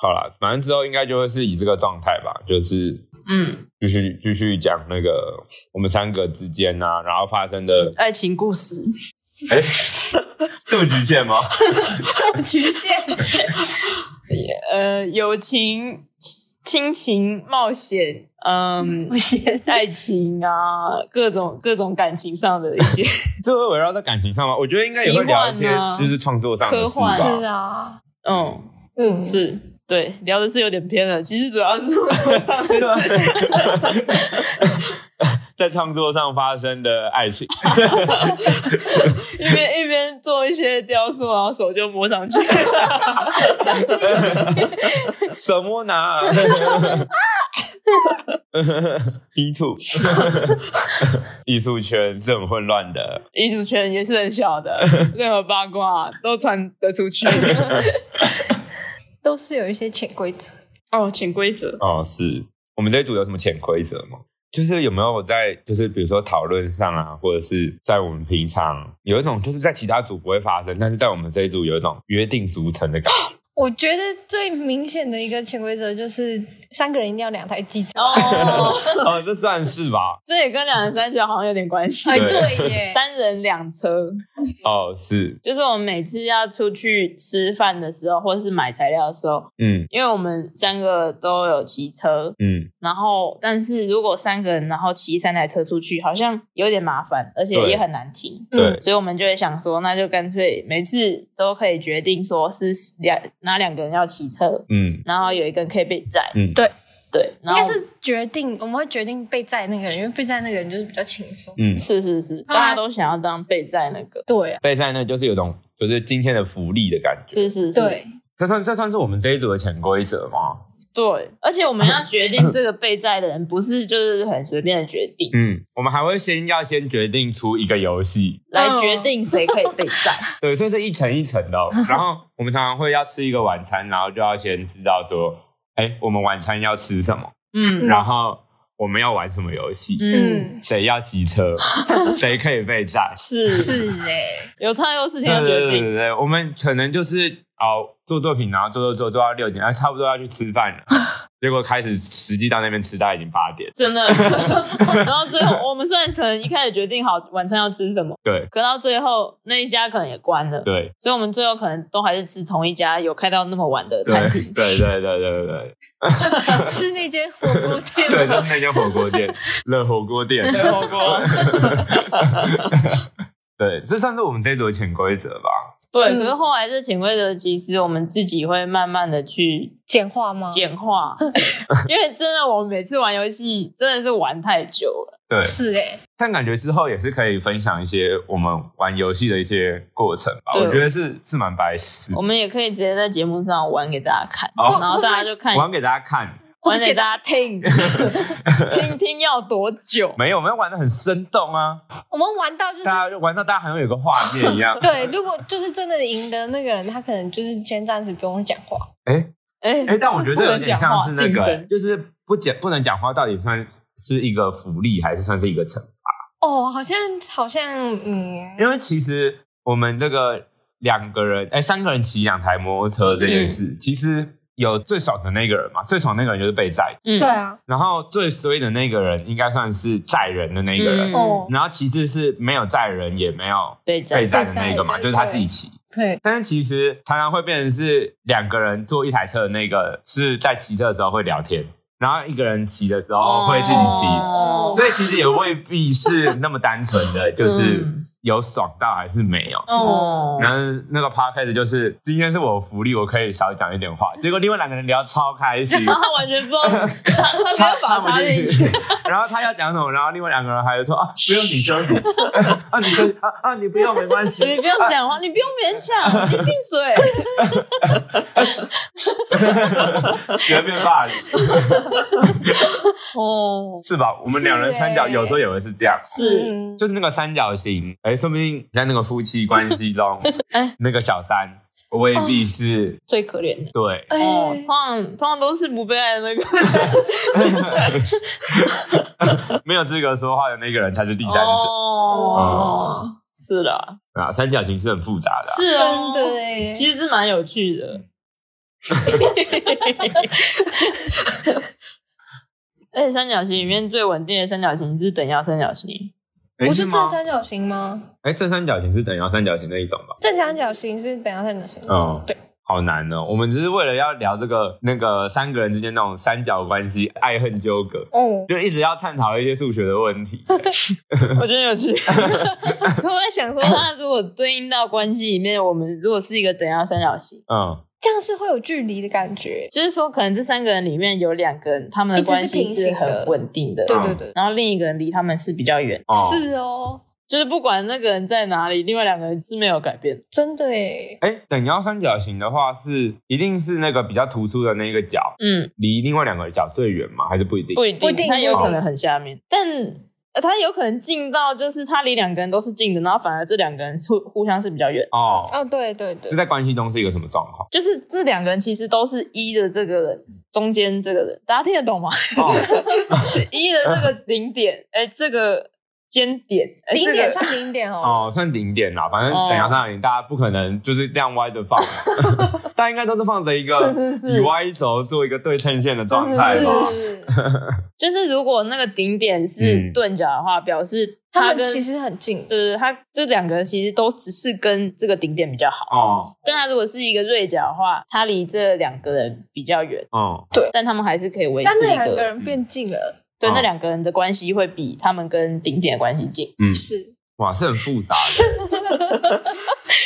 Speaker 3: 好了，反正之后应该就会是以这个状态吧，就是
Speaker 2: 嗯，
Speaker 3: 继续继续讲那个我们三个之间啊，然后发生的，
Speaker 2: 爱情故事，
Speaker 3: 哎、这么局限吗？
Speaker 1: 局 限？
Speaker 2: 呃，友情、亲情、冒险，嗯，
Speaker 1: 不行，
Speaker 2: 爱情啊，各种各种感情上的一些，
Speaker 3: 这会围绕在感情上吗？我觉得应该也会聊一
Speaker 2: 奇
Speaker 3: 些
Speaker 2: 幻啊
Speaker 3: 就是创作上的事吧。
Speaker 2: 科幻
Speaker 1: 是啊，
Speaker 2: 嗯，
Speaker 1: 嗯，
Speaker 2: 是对，聊的是有点偏了，其实主要是 我们上的是
Speaker 3: 在创作上发生的爱情，
Speaker 2: 一边一边做一些雕塑，然后手就摸上 去，
Speaker 3: 什么 拿？一兔， 艺术圈是很混乱的。
Speaker 2: 艺术圈也是很小 的，任何八卦都传得出去。
Speaker 1: 都是有一些潜规则。
Speaker 2: 哦，潜规则，
Speaker 3: 哦，是我们这一组有什么潜规则吗？就是有没有在就是比如说讨论上啊，或者是在我们平常有一种就是在其他组不会发生，但是在我们这一组有一种约定俗成的感觉。
Speaker 1: 我觉得最明显的一个潜规则就是三个人一定要两台机车。
Speaker 2: 哦，
Speaker 3: 哦，这算是吧？
Speaker 2: 这也跟两人三角好像有点关系。
Speaker 1: 哎，
Speaker 3: 对
Speaker 1: 对耶，
Speaker 2: 三人两车，
Speaker 3: 哦，是，
Speaker 2: 就是我们每次要出去吃饭的时候，或是买材料的时候，
Speaker 3: 嗯
Speaker 2: 因为我们三个都有骑车，
Speaker 3: 嗯，
Speaker 2: 然后但是如果三个人然后骑三台车出去，好像有点麻烦，而且
Speaker 3: 对
Speaker 2: 也很难停。
Speaker 3: 对，
Speaker 2: 所以我们就会想说，那就干脆每次都可以决定说是两哪两个人要骑车，
Speaker 3: 嗯
Speaker 2: 然后有一个人可以被载。
Speaker 3: 嗯
Speaker 1: 对
Speaker 2: 对，
Speaker 1: 应
Speaker 2: 然后
Speaker 1: 该是决定我们会决定被载那个人，因为被载那个人就是比较轻松。
Speaker 3: 嗯，
Speaker 2: 是是是，
Speaker 1: 他
Speaker 2: 大家都想要当被载那个。
Speaker 1: 对啊，
Speaker 3: 备赛呢就是有种就是今天的福利的感觉。
Speaker 2: 是是是，
Speaker 1: 对，
Speaker 3: 这算这算是我们这一组的潜规则吗？
Speaker 2: 对，而且我们要决定这个被载的人，不是就是很随便的决定，
Speaker 3: 嗯，我们还会先要先决定出一个游戏，
Speaker 2: 来决定谁可以被载。
Speaker 3: 对，所以是一层一层的哦、然后我们常常会要吃一个晚餐，然后就要先知道说，哎，我们晚餐要吃什么，
Speaker 2: 嗯
Speaker 3: 然后我们要玩什么游戏，
Speaker 2: 嗯，
Speaker 1: 嗯，
Speaker 3: 谁要骑车，谁可以被载。
Speaker 2: 是
Speaker 1: 是 哎，
Speaker 2: 有太多事情
Speaker 3: 对
Speaker 2: 要
Speaker 3: 对
Speaker 2: 决
Speaker 3: 对
Speaker 2: 定，
Speaker 3: 对对，我们可能就是哦做作品，然后做做做做到六点，啊，差不多要去吃饭了，结果开始实际到那边吃，大概已经八点。
Speaker 2: 真的。 然后最后，我们虽然可能一开始决定好晚餐要吃什么，
Speaker 3: 对
Speaker 2: 可到最后那一家可能也关了，
Speaker 3: 对
Speaker 2: 所以我们最后可能都还是吃同一家有开到那么晚的
Speaker 3: 对
Speaker 2: 餐
Speaker 3: 对
Speaker 2: 厅。
Speaker 3: 对对对对 对，
Speaker 1: 是那间火锅店
Speaker 3: 对，就
Speaker 1: 吗
Speaker 3: 是那间火锅店，热火锅店。
Speaker 2: 对火锅，
Speaker 3: 对，这算是我们这一组的潜规则吧。
Speaker 2: 对。
Speaker 1: 嗯
Speaker 2: 可是后来这潜规则，其实我们自己会慢慢的去
Speaker 1: 简化吗？
Speaker 2: 简化， 因为真的，我们每次玩游戏真的是玩太久了。
Speaker 3: 对，
Speaker 1: 是哎，
Speaker 3: 但感觉之后也是可以分享一些我们玩游戏的一些过程吧。
Speaker 2: 对
Speaker 3: 我觉得是是蛮白痴
Speaker 2: 我，们也可以直接在节目上玩给大家看，
Speaker 3: 好
Speaker 2: 然后大家就看
Speaker 3: 我要给大家看，
Speaker 2: 玩给大家 听，听听要多久。
Speaker 3: 没有，我们玩的很生动啊，
Speaker 1: 我们玩到就是。
Speaker 3: 大。家就玩到大家好像有个画面一样
Speaker 1: 对，如果就是真的赢的那个人，他可能就是先暂时不用讲话，
Speaker 3: 哎
Speaker 2: 哎、
Speaker 3: 哎，但我觉得这有点像是
Speaker 2: 不
Speaker 3: 那
Speaker 2: 能讲话
Speaker 3: 个
Speaker 2: 晋，升
Speaker 3: 就是不讲不能讲话，到底算是一个福利还是算是一个惩罚？
Speaker 1: 哦，好像好像嗯，
Speaker 3: 因为其实我们这个两个人，哎，三个人骑两台摩托车这件事，其实有最爽的那个人嘛，最爽那个人就是被载，
Speaker 2: 嗯，
Speaker 1: 对啊，
Speaker 3: 然后最衰的那个人应该算是载人的那个人，
Speaker 2: 嗯
Speaker 1: 哦，
Speaker 3: 然后其次是没有载人也没有
Speaker 2: 被
Speaker 3: 被
Speaker 2: 载，
Speaker 3: 载的那个嘛，
Speaker 1: 被载
Speaker 3: 就是他自己骑。
Speaker 1: 对，
Speaker 3: 但是其实常常会变成是两个人坐一台车的那个是在骑车的时候会聊天，然后一个人骑的时候会自己骑，
Speaker 2: 哦
Speaker 3: 所以其实也未必是那么单纯 的，就是
Speaker 2: 嗯
Speaker 3: 有爽到还是没有。
Speaker 1: 哦，
Speaker 2: 哦，
Speaker 3: 然后那个 podcast 就是今天是我的福利，我可以少讲一点话。结果另外两个人聊超开心，
Speaker 2: 然后他完全不知道，他他没有把它插进去，。
Speaker 3: 然后他要讲什么，然后另外两个人还是说啊，不用你休息，啊你休息啊啊你不用没 关系。
Speaker 2: 你不用讲话，你不用勉 强，你闭嘴。
Speaker 3: 绝变霸凌
Speaker 2: 哦，
Speaker 3: 是吧？我们两人三角有时候也会是这样，
Speaker 2: 是，
Speaker 1: 嗯
Speaker 3: 就是那个三角形，哎，说不定在那个夫妻关系中，
Speaker 2: 哎
Speaker 3: 那个小三未必是
Speaker 2: 最可怜的。
Speaker 3: 对，
Speaker 1: 哎、
Speaker 2: 哦，通常通常都是不被爱的那个。
Speaker 3: 没有资格说话的那个人才是第三
Speaker 1: 哦
Speaker 3: 者
Speaker 2: 哦，是啦，
Speaker 3: 啊。三角形是很复杂的啊，
Speaker 2: 是哦，
Speaker 1: 真的耶，
Speaker 2: 其实是蛮有趣的。 而且三角形里面最稳定的三角形是等腰三角形，
Speaker 3: 哎
Speaker 1: 不是
Speaker 3: 吗
Speaker 1: 正三角形吗？
Speaker 3: 哎，正三角形是等腰三角形的一种吧？
Speaker 1: 正三角形是等腰三角形，
Speaker 3: 哦
Speaker 1: 对，
Speaker 3: 好难哦！我们只是为了要聊这个那个三个人之间那种三角关系、爱恨纠葛，
Speaker 1: 哦，
Speaker 3: 就一直要探讨一些数学的问 题。
Speaker 2: 我觉得有趣。所以我在想说，那如果对应到关系里面，我们如果是一个等腰三角形，
Speaker 3: 嗯，
Speaker 1: 这样是会有距离的感觉，
Speaker 2: 就是说可能这三个人里面有两个人，他们的
Speaker 1: 一直是
Speaker 2: 关系
Speaker 1: 平行
Speaker 2: 是
Speaker 1: 的
Speaker 2: 很稳定的，
Speaker 1: 对对对，
Speaker 2: 然后另一个人离他们是比较远，
Speaker 3: 哦，
Speaker 1: 是哦，
Speaker 2: 就是不管那个人在哪里，另外两个人是没有改变的。
Speaker 1: 真的耶，
Speaker 3: 哎，等腰三角形的话是一定是那个比较突出的那个角
Speaker 2: 嗯，
Speaker 3: 离另外两个角最远吗？还是不一定？
Speaker 2: 不一定，
Speaker 1: 不一定
Speaker 2: 他有
Speaker 1: 不一定
Speaker 2: 可能很下面，但呃他有可能近到就是他离两个人都是近的，然后反而这两个人互互相是比较远。
Speaker 3: 哦，
Speaker 1: 哦，对对对
Speaker 3: 这，在关系中是一个什么状况？
Speaker 2: 就是这两个人其实都是一的这个人，中间这个人，大家听得懂吗？
Speaker 3: 哦，
Speaker 2: 一的这 个顶点，哎、这个尖点，哎
Speaker 1: 零点
Speaker 2: 这
Speaker 1: 算零点 哦，
Speaker 3: 哦，算顶点啦，反正等腰三角形大家不可能就是这样歪着放嘛，大家应该都是放着一个
Speaker 2: 是是是
Speaker 3: 以 y 轴做一个对称线的状
Speaker 2: 太
Speaker 3: 态吧
Speaker 2: 棒？
Speaker 1: 是，
Speaker 2: 就是如果那个顶点是
Speaker 3: 嗯
Speaker 2: 钝角的话，表示
Speaker 1: 他
Speaker 2: 它
Speaker 1: 们
Speaker 2: 跟
Speaker 1: 其实很近，
Speaker 2: 对对对，它这两个其实都只是跟这个顶点比较好，
Speaker 3: 哦
Speaker 2: 但它如果是一个锐角的话，它离这两个人比较远，
Speaker 3: 哦，
Speaker 2: 但他们还是可以维持
Speaker 1: 但是
Speaker 2: 一
Speaker 1: 两
Speaker 2: 个
Speaker 1: 个人变近了，
Speaker 2: 对
Speaker 3: 哦
Speaker 2: 那两个人的关系会比他们跟顶点的关系近。
Speaker 3: 嗯，
Speaker 1: 是
Speaker 3: 哇，是很复杂的，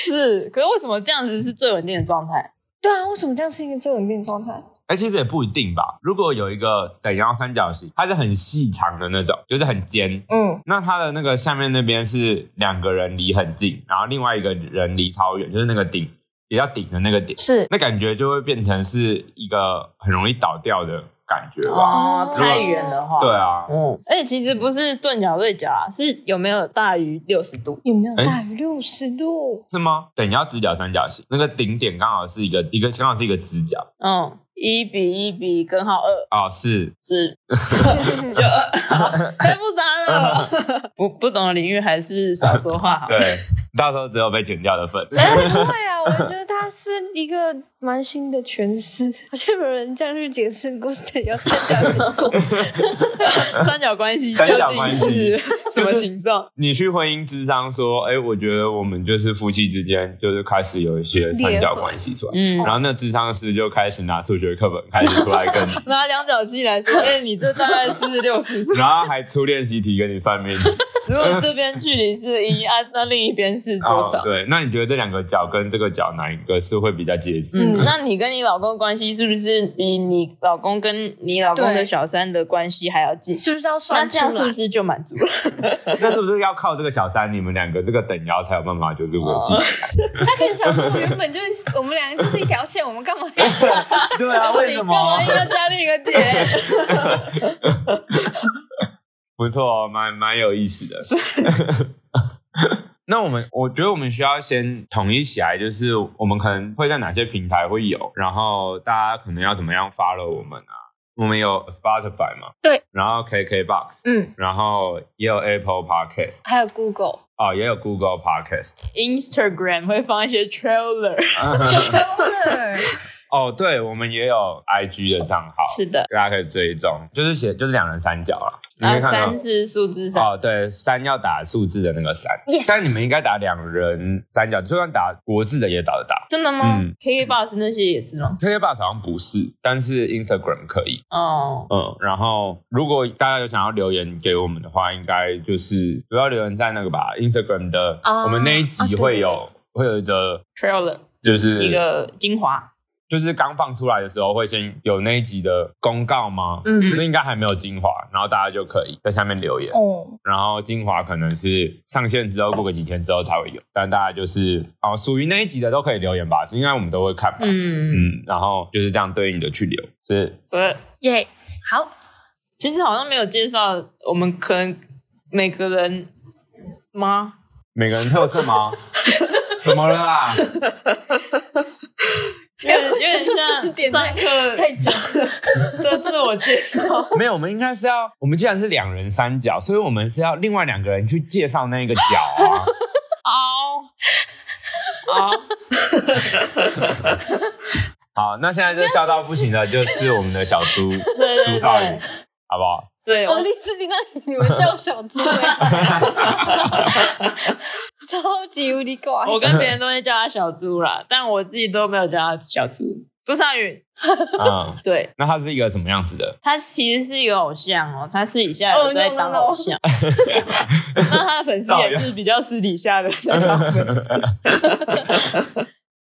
Speaker 2: 是，可是为什么这样子是最稳定的状态？
Speaker 1: 对啊，为什么这样是一个最稳定的状态？
Speaker 3: 哎，其实也不一定吧。如果有一个等腰三角形，它是很细长的那种，就是很尖。
Speaker 1: 嗯，
Speaker 3: 那它的那个下面那边是两个人离很近，然后另外一个人离超远，就是那个顶比较顶的那个点，
Speaker 2: 是
Speaker 3: 那感觉就会变成是一个很容易倒掉的感觉吧？
Speaker 2: 哦，太远的话，
Speaker 3: 对，啊，
Speaker 2: 嗯，而且其实不是钝角锐角啊，是有没有大于六十度？
Speaker 1: 有没有
Speaker 3: 哎
Speaker 1: 大于六十度？
Speaker 3: 是吗？等腰直角三角形，那个顶点刚好是一个一个刚好是一个直角
Speaker 2: 嗯，一比一比根号二
Speaker 3: 哦，是
Speaker 2: 是 就二， 好太复杂了。 不不懂的领域还是少说话好。
Speaker 3: 对，到时候只有被剪掉的份。
Speaker 1: 不会啊，我觉得它是一个蛮新的诠释，好像有人这样去解释过等腰三角形过。
Speaker 2: 三角关系究
Speaker 3: 三角
Speaker 2: 竟
Speaker 3: 关
Speaker 2: 是
Speaker 3: 系
Speaker 2: 什么形状？
Speaker 3: 你去婚姻之商说，哎、我觉得我们就是夫妻之间就是开始有一些三角关系出来，
Speaker 2: 嗯，
Speaker 3: 然后那智商师就开始拿数学课本开始出来跟 你，
Speaker 2: 拿量角器来说，哎、你这大概是六十度。
Speaker 3: 然后还出练习题跟你算命
Speaker 2: 如果这边距离是一啊，那另一边是 多少？
Speaker 3: 哦。对，那你觉得这两个角跟这个角哪一个是会比较接近？
Speaker 2: 嗯
Speaker 1: 嗯，
Speaker 2: 那你跟你老公的关系是不是比你老公跟你老公的小三的关系还要近？
Speaker 1: 是不是要
Speaker 2: 那
Speaker 1: 算
Speaker 2: 这
Speaker 1: 出
Speaker 2: 样
Speaker 1: 来？
Speaker 2: 是不是就满足了？
Speaker 3: 那是不是要靠这个小三你们两个这个等腰才有办法就是维系？
Speaker 2: 哦
Speaker 1: 他可能想说，我原本就是我们两个就是一条线，我们干嘛要？
Speaker 3: 对啊，为 什么
Speaker 2: 干？嘛要加另一个点？
Speaker 3: 不错哦，蛮蛮有意思的。 那我们，我觉得我们需要先统一起来，就是我们可能会在哪些平台会有，然后大家可能要怎么样 follow 我们啊？我们有 Spotify 嘛？
Speaker 1: 对。
Speaker 3: 然后 KKBox，
Speaker 1: 嗯，
Speaker 3: 然后也有 Apple Podcast，
Speaker 1: 还有 Google，
Speaker 3: 哦，也有 Google Podcast。
Speaker 2: Instagram 会放一些 trailer。
Speaker 3: 哦，对，我们也有 IG 的账号，
Speaker 2: 是的，
Speaker 3: 大家可以追踪，就是写就是两人三角啊。你可
Speaker 2: 然
Speaker 3: 以
Speaker 2: 后
Speaker 3: 看到
Speaker 2: 三是数字上，
Speaker 3: 哦，对，三要打数字的那个三
Speaker 1: Yes
Speaker 3: 但你们应该打两人三角，就算打国字的也打得到。
Speaker 2: 真的吗
Speaker 3: 嗯
Speaker 2: ？KKBox 那些也是吗？
Speaker 3: k k b o 好像不是，但是 Instagram 可以。
Speaker 2: 哦，
Speaker 3: 嗯，然后如果大家有想要留言给我们的话，应该就是不要留言在那个吧，Instagram 的、
Speaker 1: 啊
Speaker 3: 我们那一
Speaker 1: 啊
Speaker 3: 集
Speaker 1: 对
Speaker 3: 会有、会有一个
Speaker 2: trailer
Speaker 3: 就是
Speaker 2: 一个精华，
Speaker 3: 就是刚放出来的时候会先有那一集的公告吗？
Speaker 1: 嗯
Speaker 3: 那应该还没有精华，然后大家就可以在下面留言。
Speaker 1: 哦，
Speaker 3: 然后精华可能是上线之后过个几天之后才会有，但大家就是哦，属于那一集的都可以留言吧，是因为我们都会看嘛。嗯
Speaker 2: 嗯，
Speaker 3: 然后就是这样对应的去留，是
Speaker 2: 所以
Speaker 1: 耶，好，
Speaker 2: 其实好像没有介绍我们可能每个人吗？
Speaker 3: 每个人特色吗？怎么了啊啦？
Speaker 2: 有点有点
Speaker 1: 重点
Speaker 2: 像上课
Speaker 1: 太久，
Speaker 2: 的自我介 绍，
Speaker 3: 没有，我们应该是要，我们既然是两人三角，所以我们是要另外两个人去介绍那个角啊。
Speaker 2: 嗷嗷，
Speaker 3: 好，那现在就笑到不行的，就是我们的小猪
Speaker 2: 对
Speaker 3: 朱
Speaker 2: 对
Speaker 3: 少宇
Speaker 2: 对，，
Speaker 3: 好不好？
Speaker 2: 对
Speaker 1: 我
Speaker 2: 我
Speaker 1: 第一次听到你们叫小猪， 超级无敌怪。
Speaker 3: 哦
Speaker 2: 我跟别人都会叫他小猪啦，但我自己都没有叫他小猪。朱少宇，
Speaker 3: 嗯，
Speaker 2: 对
Speaker 3: 那他是一个什么样子的？
Speaker 2: 他其实是一个偶像哦，他私底下
Speaker 1: 哦
Speaker 2: 有在
Speaker 1: no, no,
Speaker 2: 当
Speaker 1: no
Speaker 2: 偶像， 那他的粉丝也是比较私底下的在当粉丝。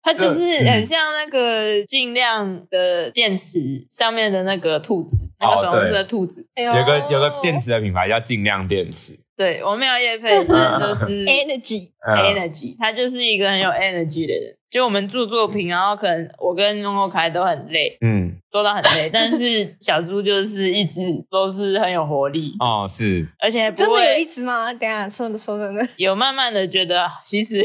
Speaker 2: 他就是很像那个尽量的电池上面的那个兔子，那个粉红色的兔子。
Speaker 1: 哎呦
Speaker 3: 有个有个电池的品牌叫尽量电池。
Speaker 2: 对我没有叶配，但就是
Speaker 1: energy，
Speaker 3: 嗯
Speaker 2: energy，他就是一个很有 energy 的人。就我们做作品，然后可能我跟诺诺凯都很累，
Speaker 3: 嗯，
Speaker 2: 做到很累，但是小猪就是一直都是很有活力，
Speaker 3: 哦，是
Speaker 2: 而且不
Speaker 1: 真的有一
Speaker 2: 会
Speaker 1: 只吗？等一下说的说真的，
Speaker 2: 有慢慢的觉得其实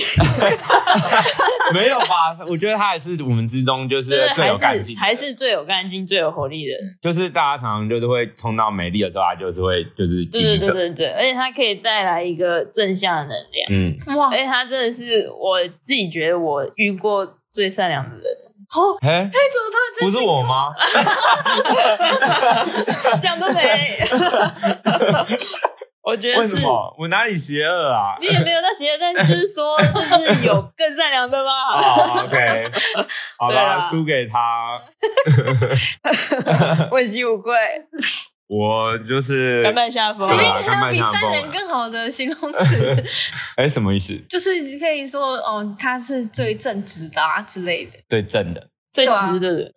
Speaker 3: 没有吧？ 我觉得他也是我们之中就
Speaker 2: 就是是
Speaker 3: 最有
Speaker 2: 还
Speaker 3: 干
Speaker 2: 是
Speaker 3: 劲，
Speaker 2: 还是最有干劲、最有活力的人。
Speaker 3: 就是大家常常就是会冲到美丽的时候，他就是会就是
Speaker 2: 对对对
Speaker 3: 积极着
Speaker 2: 对对，而且他可以带来一个正向的能量，
Speaker 3: 嗯，
Speaker 1: 哇
Speaker 2: 而，且他真的是我自己觉得我遇过最善良的人，
Speaker 1: 哦，
Speaker 3: 哎，
Speaker 1: 那怎么他真
Speaker 3: 不是
Speaker 1: 心？
Speaker 3: 我吗？
Speaker 2: 想都没。我觉
Speaker 3: 为
Speaker 2: 得
Speaker 3: 什
Speaker 2: 是。
Speaker 3: 么？我哪里邪恶啊？
Speaker 2: 你也没有到邪恶，但就是说，就是有更善良的吧。
Speaker 3: 哦，OK，好
Speaker 2: 对
Speaker 3: 吧，
Speaker 2: 啊
Speaker 3: 输给他。
Speaker 2: 问心无愧，
Speaker 3: 我就是
Speaker 2: 甘拜下风
Speaker 3: 对。
Speaker 1: 还
Speaker 3: 啊
Speaker 1: 有比
Speaker 3: 看慢下
Speaker 1: 善
Speaker 3: 风啊
Speaker 1: 良更好的形容词，
Speaker 3: 哎，什么意思？
Speaker 1: 就是可以说哦，他是最正直的啊之类的。
Speaker 3: 最正的，
Speaker 2: 最
Speaker 1: 对啊
Speaker 2: 直的人，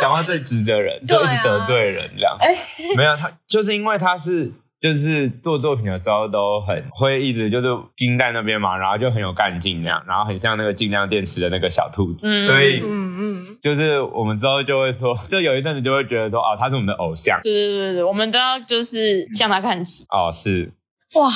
Speaker 3: 讲话最直的人，
Speaker 1: 对
Speaker 3: 就
Speaker 1: 啊
Speaker 3: 一直得罪人这样。
Speaker 1: 哎
Speaker 3: 没有他，就是因为他是。就是做作品的时候都很会一直就是盯在那边嘛，然后就很有干劲那样，然后很像那个尽量电池的那个小兔子，
Speaker 2: 嗯
Speaker 3: 所以
Speaker 1: 嗯嗯，
Speaker 3: 就是我们之后就会说，就有一阵子就会觉得说，哦，他是我们的偶像，
Speaker 2: 对对对对，我们都要就是向他看齐。
Speaker 3: 哦，是
Speaker 1: 哇，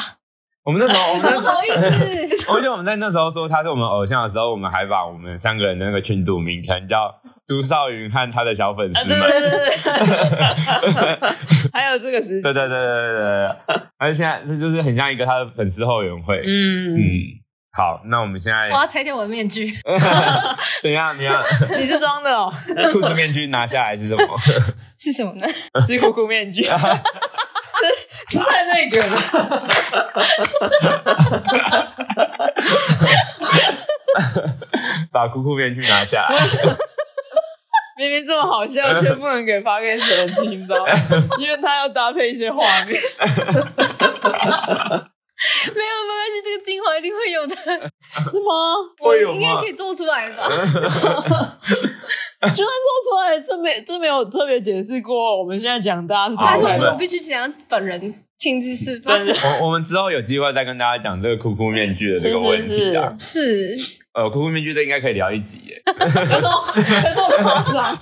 Speaker 3: 我们那时候，我们那时
Speaker 1: 不
Speaker 3: 候
Speaker 1: 好意 思，
Speaker 3: 而且我们在那时候说他是我们偶像的时候，我们还把我们三个人的那个群组名称叫朱少云和他的小粉
Speaker 2: 啊，
Speaker 3: 丝
Speaker 2: 对
Speaker 3: 们。
Speaker 2: 对对对，还有这个时期
Speaker 3: 对对对对对对对， 而且现在这就是很像一个他的粉丝后援会。嗯
Speaker 2: 嗯，
Speaker 3: 好，那我们现在
Speaker 1: 我要拆掉我的面具。
Speaker 3: 怎样？你要
Speaker 2: 你是装的哦，
Speaker 3: 兔子面具拿下来是什么？
Speaker 1: 是什么呢？
Speaker 2: 是酷酷面具，太那个了，
Speaker 3: 把酷酷面具拿下来。
Speaker 2: 明明这么好笑，却不能给发给人听到，因为他要搭配一些画面。
Speaker 1: 没有，没关系，这个精华一定会有 的。
Speaker 2: 是吗？
Speaker 1: 我
Speaker 3: 会有吗
Speaker 1: 应该可以做出来吧？
Speaker 2: 就算说出来，这没这没有特别解释过。我们现在讲大家
Speaker 1: 但
Speaker 3: 好
Speaker 1: 是
Speaker 2: 是
Speaker 1: 我
Speaker 2: 怎么
Speaker 1: 们
Speaker 2: 看
Speaker 1: 必须想本人亲自示范。
Speaker 3: 我我们之后有机会再跟大家讲这个酷酷面具的这个问题 啊。
Speaker 1: 是，
Speaker 3: 呃，酷酷面具这应该可以聊一集耶，
Speaker 2: 的，有这 么有这么夸张？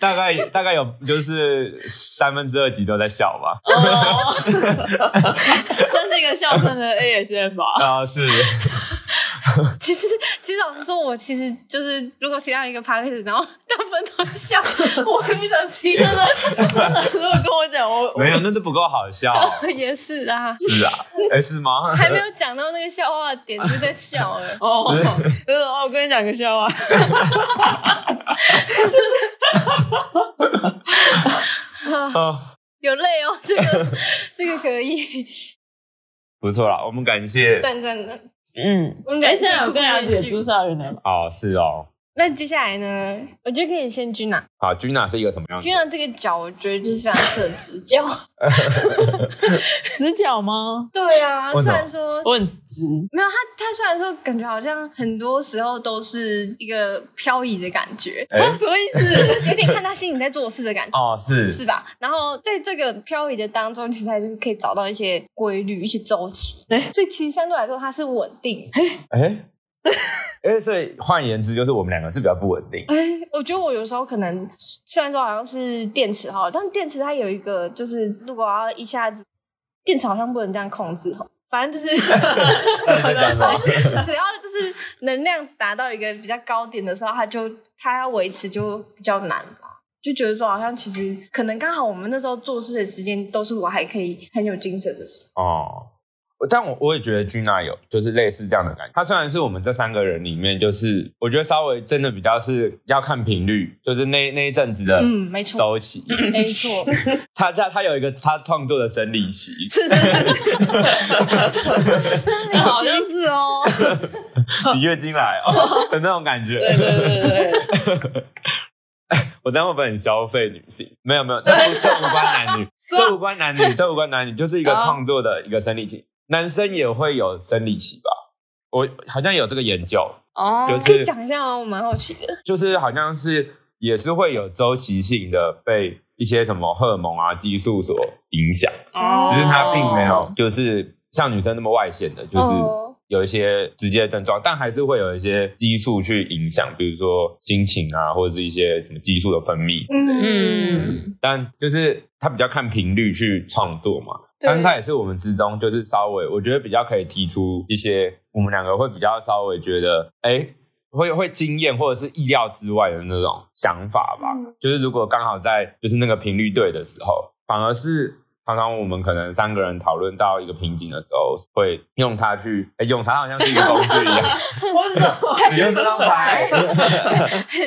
Speaker 3: 大概 大概有就是三分之二集都在笑吧。
Speaker 2: 哦， 真是一个笑声的 ASM 吧？
Speaker 1: 哦
Speaker 3: 啊、是。
Speaker 1: 其实其实老实说，我其实就是如果提到一个 p a c k a g e 然后大部分都 笑，我会不想听。真
Speaker 2: 真的，如果跟我讲，我
Speaker 3: 没有，那就不够好 笑。
Speaker 1: 的也是啊，
Speaker 3: 是啊，哎、是吗？
Speaker 1: 还没有讲到那个笑话的点就在笑了。
Speaker 2: 哦，就是哦，我跟你讲个笑话，
Speaker 3: 哦，
Speaker 1: 有累哦，这 个这个可以，
Speaker 3: 不错啦，我们感谢。
Speaker 1: 赞赞的。
Speaker 2: 嗯，
Speaker 1: 我们
Speaker 2: 哎，
Speaker 1: 感谢
Speaker 2: 这样有
Speaker 1: 酷酷
Speaker 2: 更了
Speaker 1: 面
Speaker 2: 解朱
Speaker 1: 具。
Speaker 2: 少云 了吧？
Speaker 3: 哦，是哦。
Speaker 1: 那接下来呢？我觉得可以先君娜，
Speaker 3: 好，君娜是一个什么样子
Speaker 1: 君？娜这个脚，我觉得就是非常适合直角。
Speaker 2: 直角吗？
Speaker 1: 对啊，
Speaker 3: 为什
Speaker 1: 虽
Speaker 3: 么
Speaker 1: 然说
Speaker 2: 我很直，
Speaker 1: 没有他，他虽然说感觉好像很多时候都是一个漂移的感觉，
Speaker 3: 哎、
Speaker 2: 什么意思？
Speaker 1: 有点看他心里在做事的感觉。
Speaker 3: 哦，是
Speaker 1: 是吧？然后在这个漂移的当中，其实还是可以找到一些规律、一些周期，
Speaker 2: 哎
Speaker 1: 所以其实相对来说它是稳定的。
Speaker 3: 哎。哎、所以换言之，就是我们两个是比较不稳定。
Speaker 1: 哎，我觉得我有时候可能虽然说好像是电池哈，但电池它有一个就是，如果要一下子电池好像不能这样控制哈，反正 就是
Speaker 3: 是在讲什么？
Speaker 1: 只要就是能量达到一个比较高点的时候，它就它要维持就比较难吧。就觉得说，好像其实可能刚好我们那时候做事的时间都是我还可以很有精神的时 候。
Speaker 3: 哦，但我我也觉得君娜有就是类似这样的感觉。她虽然是我们这三个人里面，就是我觉得稍微真的比较是要看频率，就是那那一阵子的
Speaker 1: 嗯，没错，
Speaker 3: 周期。
Speaker 1: 没错，
Speaker 3: 她在她有一个她创作的生理期，
Speaker 2: 是是是是，
Speaker 1: 真的
Speaker 2: 好像是哦。
Speaker 3: 你月经来哦的那种感觉。
Speaker 2: 对对对对对，
Speaker 3: 我这样会不会很消费女性？没有没有，这不这无关男女，这无关男女，这无关男女，就是一个
Speaker 2: 好
Speaker 3: 创作的一个生理期，男生也会有生理期吧？我好像有这个研究，
Speaker 2: 哦
Speaker 3: 就
Speaker 1: 可以
Speaker 3: 是
Speaker 1: 讲一下吗？我蛮好奇的。
Speaker 3: 就是好像是也是会有周期性的被一些什么荷尔蒙啊激素所影响，只是它并没
Speaker 2: 哦
Speaker 3: 有就是像女生那么外显的，就是。
Speaker 1: 哦
Speaker 3: 有一些直接的症状，但还是会有一些激素去影响，比如说心情啊，或者是一些什么激素的分泌之类的。
Speaker 1: 嗯，
Speaker 3: 但就是他比较看频率去创作嘛，
Speaker 1: 对
Speaker 3: 但是他也是我们之中就是稍微我觉得比较可以提出一些我们两个会比较稍微觉得哎。诶会会惊艳或者是意料之外的那种想法吧，
Speaker 1: 嗯
Speaker 3: 就是如果刚好在就是那个频率对的时候，反而是常常我们可能三个人讨论到一个瓶颈的时候，会用它去，哎、用它好像是一个工具 一样，
Speaker 2: 我走，
Speaker 3: 使用这张牌，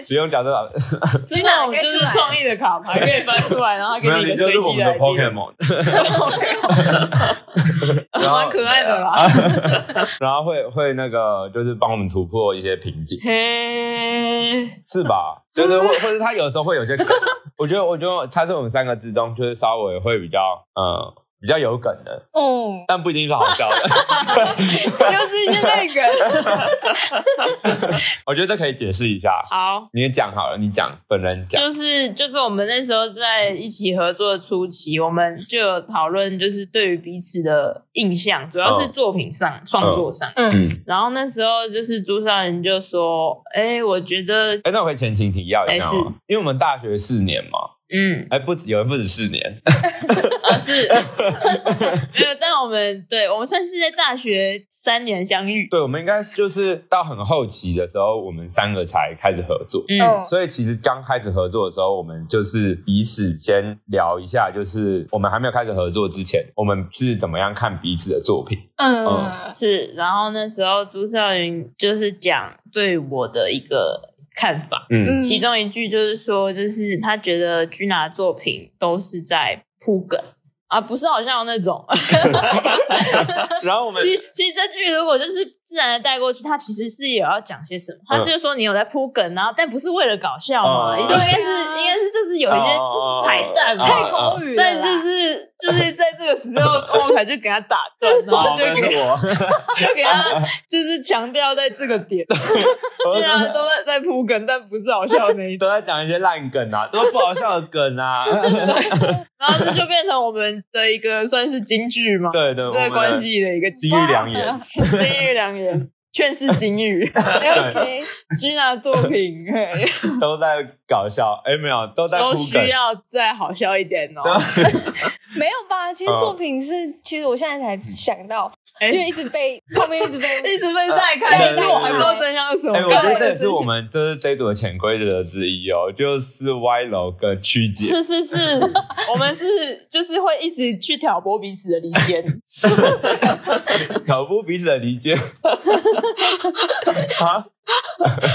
Speaker 3: 使用角色老师，
Speaker 2: 这
Speaker 1: 啊
Speaker 2: 种就是创意的卡牌，可以翻出来，然后 给
Speaker 3: 没
Speaker 2: 你
Speaker 3: 有，
Speaker 2: 一个
Speaker 3: 你就
Speaker 2: 随
Speaker 3: 是我
Speaker 2: 机
Speaker 3: 们
Speaker 2: 的 idea
Speaker 3: 的 Pokemon，然后啊
Speaker 2: 蛮可爱的 啦。
Speaker 3: 然后会会那个就是帮我们突破一些瓶颈，
Speaker 2: 嘿，
Speaker 3: 是吧？就是或或是他有时候会有些梗，我觉得我觉得他是我们三个之中就是稍微会比较呃比较有梗的，
Speaker 1: 哦，
Speaker 3: 但不一定是好笑的。
Speaker 2: 就是一些那个。
Speaker 3: 我觉得这可以解释一下，
Speaker 2: 好，
Speaker 3: 你讲好了，你讲，本人讲，
Speaker 2: 就是就是我们那时候在一起合作的初期，我们就有讨论，就是对于彼此的印象，主要是
Speaker 3: 嗯
Speaker 2: 作品上、创作上。
Speaker 3: 嗯，
Speaker 2: 然后那时候就是朱少仁就说：“哎，我觉得，
Speaker 3: 哎，那我可以前情提要一下
Speaker 2: 哎是
Speaker 3: 吗？因为我们大学四年嘛，
Speaker 2: 嗯，
Speaker 3: 哎，不止有人不止四年，
Speaker 2: 啊是， 没有，但我们对我们算是在大学三年相遇。
Speaker 3: 对，我们应该就是到很后期的时候，我们三个才开始合作，
Speaker 2: 嗯，
Speaker 1: 哦，
Speaker 3: 所以其实刚开始合作的时候，我们就是彼此先聊一下，就是我们还没有开始合作之前，我们是怎么样看彼此的作品。
Speaker 1: 嗯，
Speaker 2: 是。然后那时候朱少云就是讲对我的一个看法，
Speaker 3: 嗯
Speaker 1: 嗯
Speaker 2: 其中一句就是说，就是他觉得居拿作品都是在铺梗啊，不是好像有那种。
Speaker 3: 然后我们
Speaker 2: 其实其实这句如果就是自然的带过去，他其实是也要讲些什么。他就是说你有在铺梗，然后但不是为了搞笑嘛，
Speaker 3: 哦
Speaker 2: 应该
Speaker 1: 对啊
Speaker 2: 是应该是就是有一些彩蛋嘛。
Speaker 3: 哦
Speaker 1: 太口语了啦，
Speaker 2: 但就是就是在这个时候，欧凯就给他打断，然后
Speaker 3: 哦，
Speaker 2: 就
Speaker 3: 那是
Speaker 2: 给
Speaker 3: 我，
Speaker 2: 就给他就是强调在这个点，
Speaker 3: 我
Speaker 2: 虽
Speaker 3: 啊都
Speaker 2: 然都在在铺梗，但不是好笑的那一种
Speaker 3: 都在讲一些烂梗啊，都是不好笑的梗啊。
Speaker 2: 然后这就变成我们的一个算是金句嘛，
Speaker 3: 对对，
Speaker 2: 这个关系的一个
Speaker 3: 金玉良言。
Speaker 2: 金玉良言，劝世金 玉，
Speaker 1: OK，
Speaker 2: 君娜作品嘿
Speaker 3: 都在搞笑，哎，没有， 都在铺
Speaker 2: 都需
Speaker 3: 梗。啊
Speaker 2: 要再好笑一点哦。
Speaker 1: 没有吧？其实作品是，其实我现在才想到，
Speaker 2: 哎，
Speaker 1: 因为
Speaker 2: 一
Speaker 1: 一直被后面一直被
Speaker 2: 直被带开，
Speaker 1: 对
Speaker 2: 但是我还不知道真相是什么
Speaker 3: 哎，。我觉
Speaker 1: 对
Speaker 3: 得这也是我们这是这一组的潜规则之一哦，就是歪楼跟曲解。
Speaker 2: 是是是，我们是就是会一直去挑拨彼此的离间。
Speaker 3: 挑拨彼此的 理解。啊，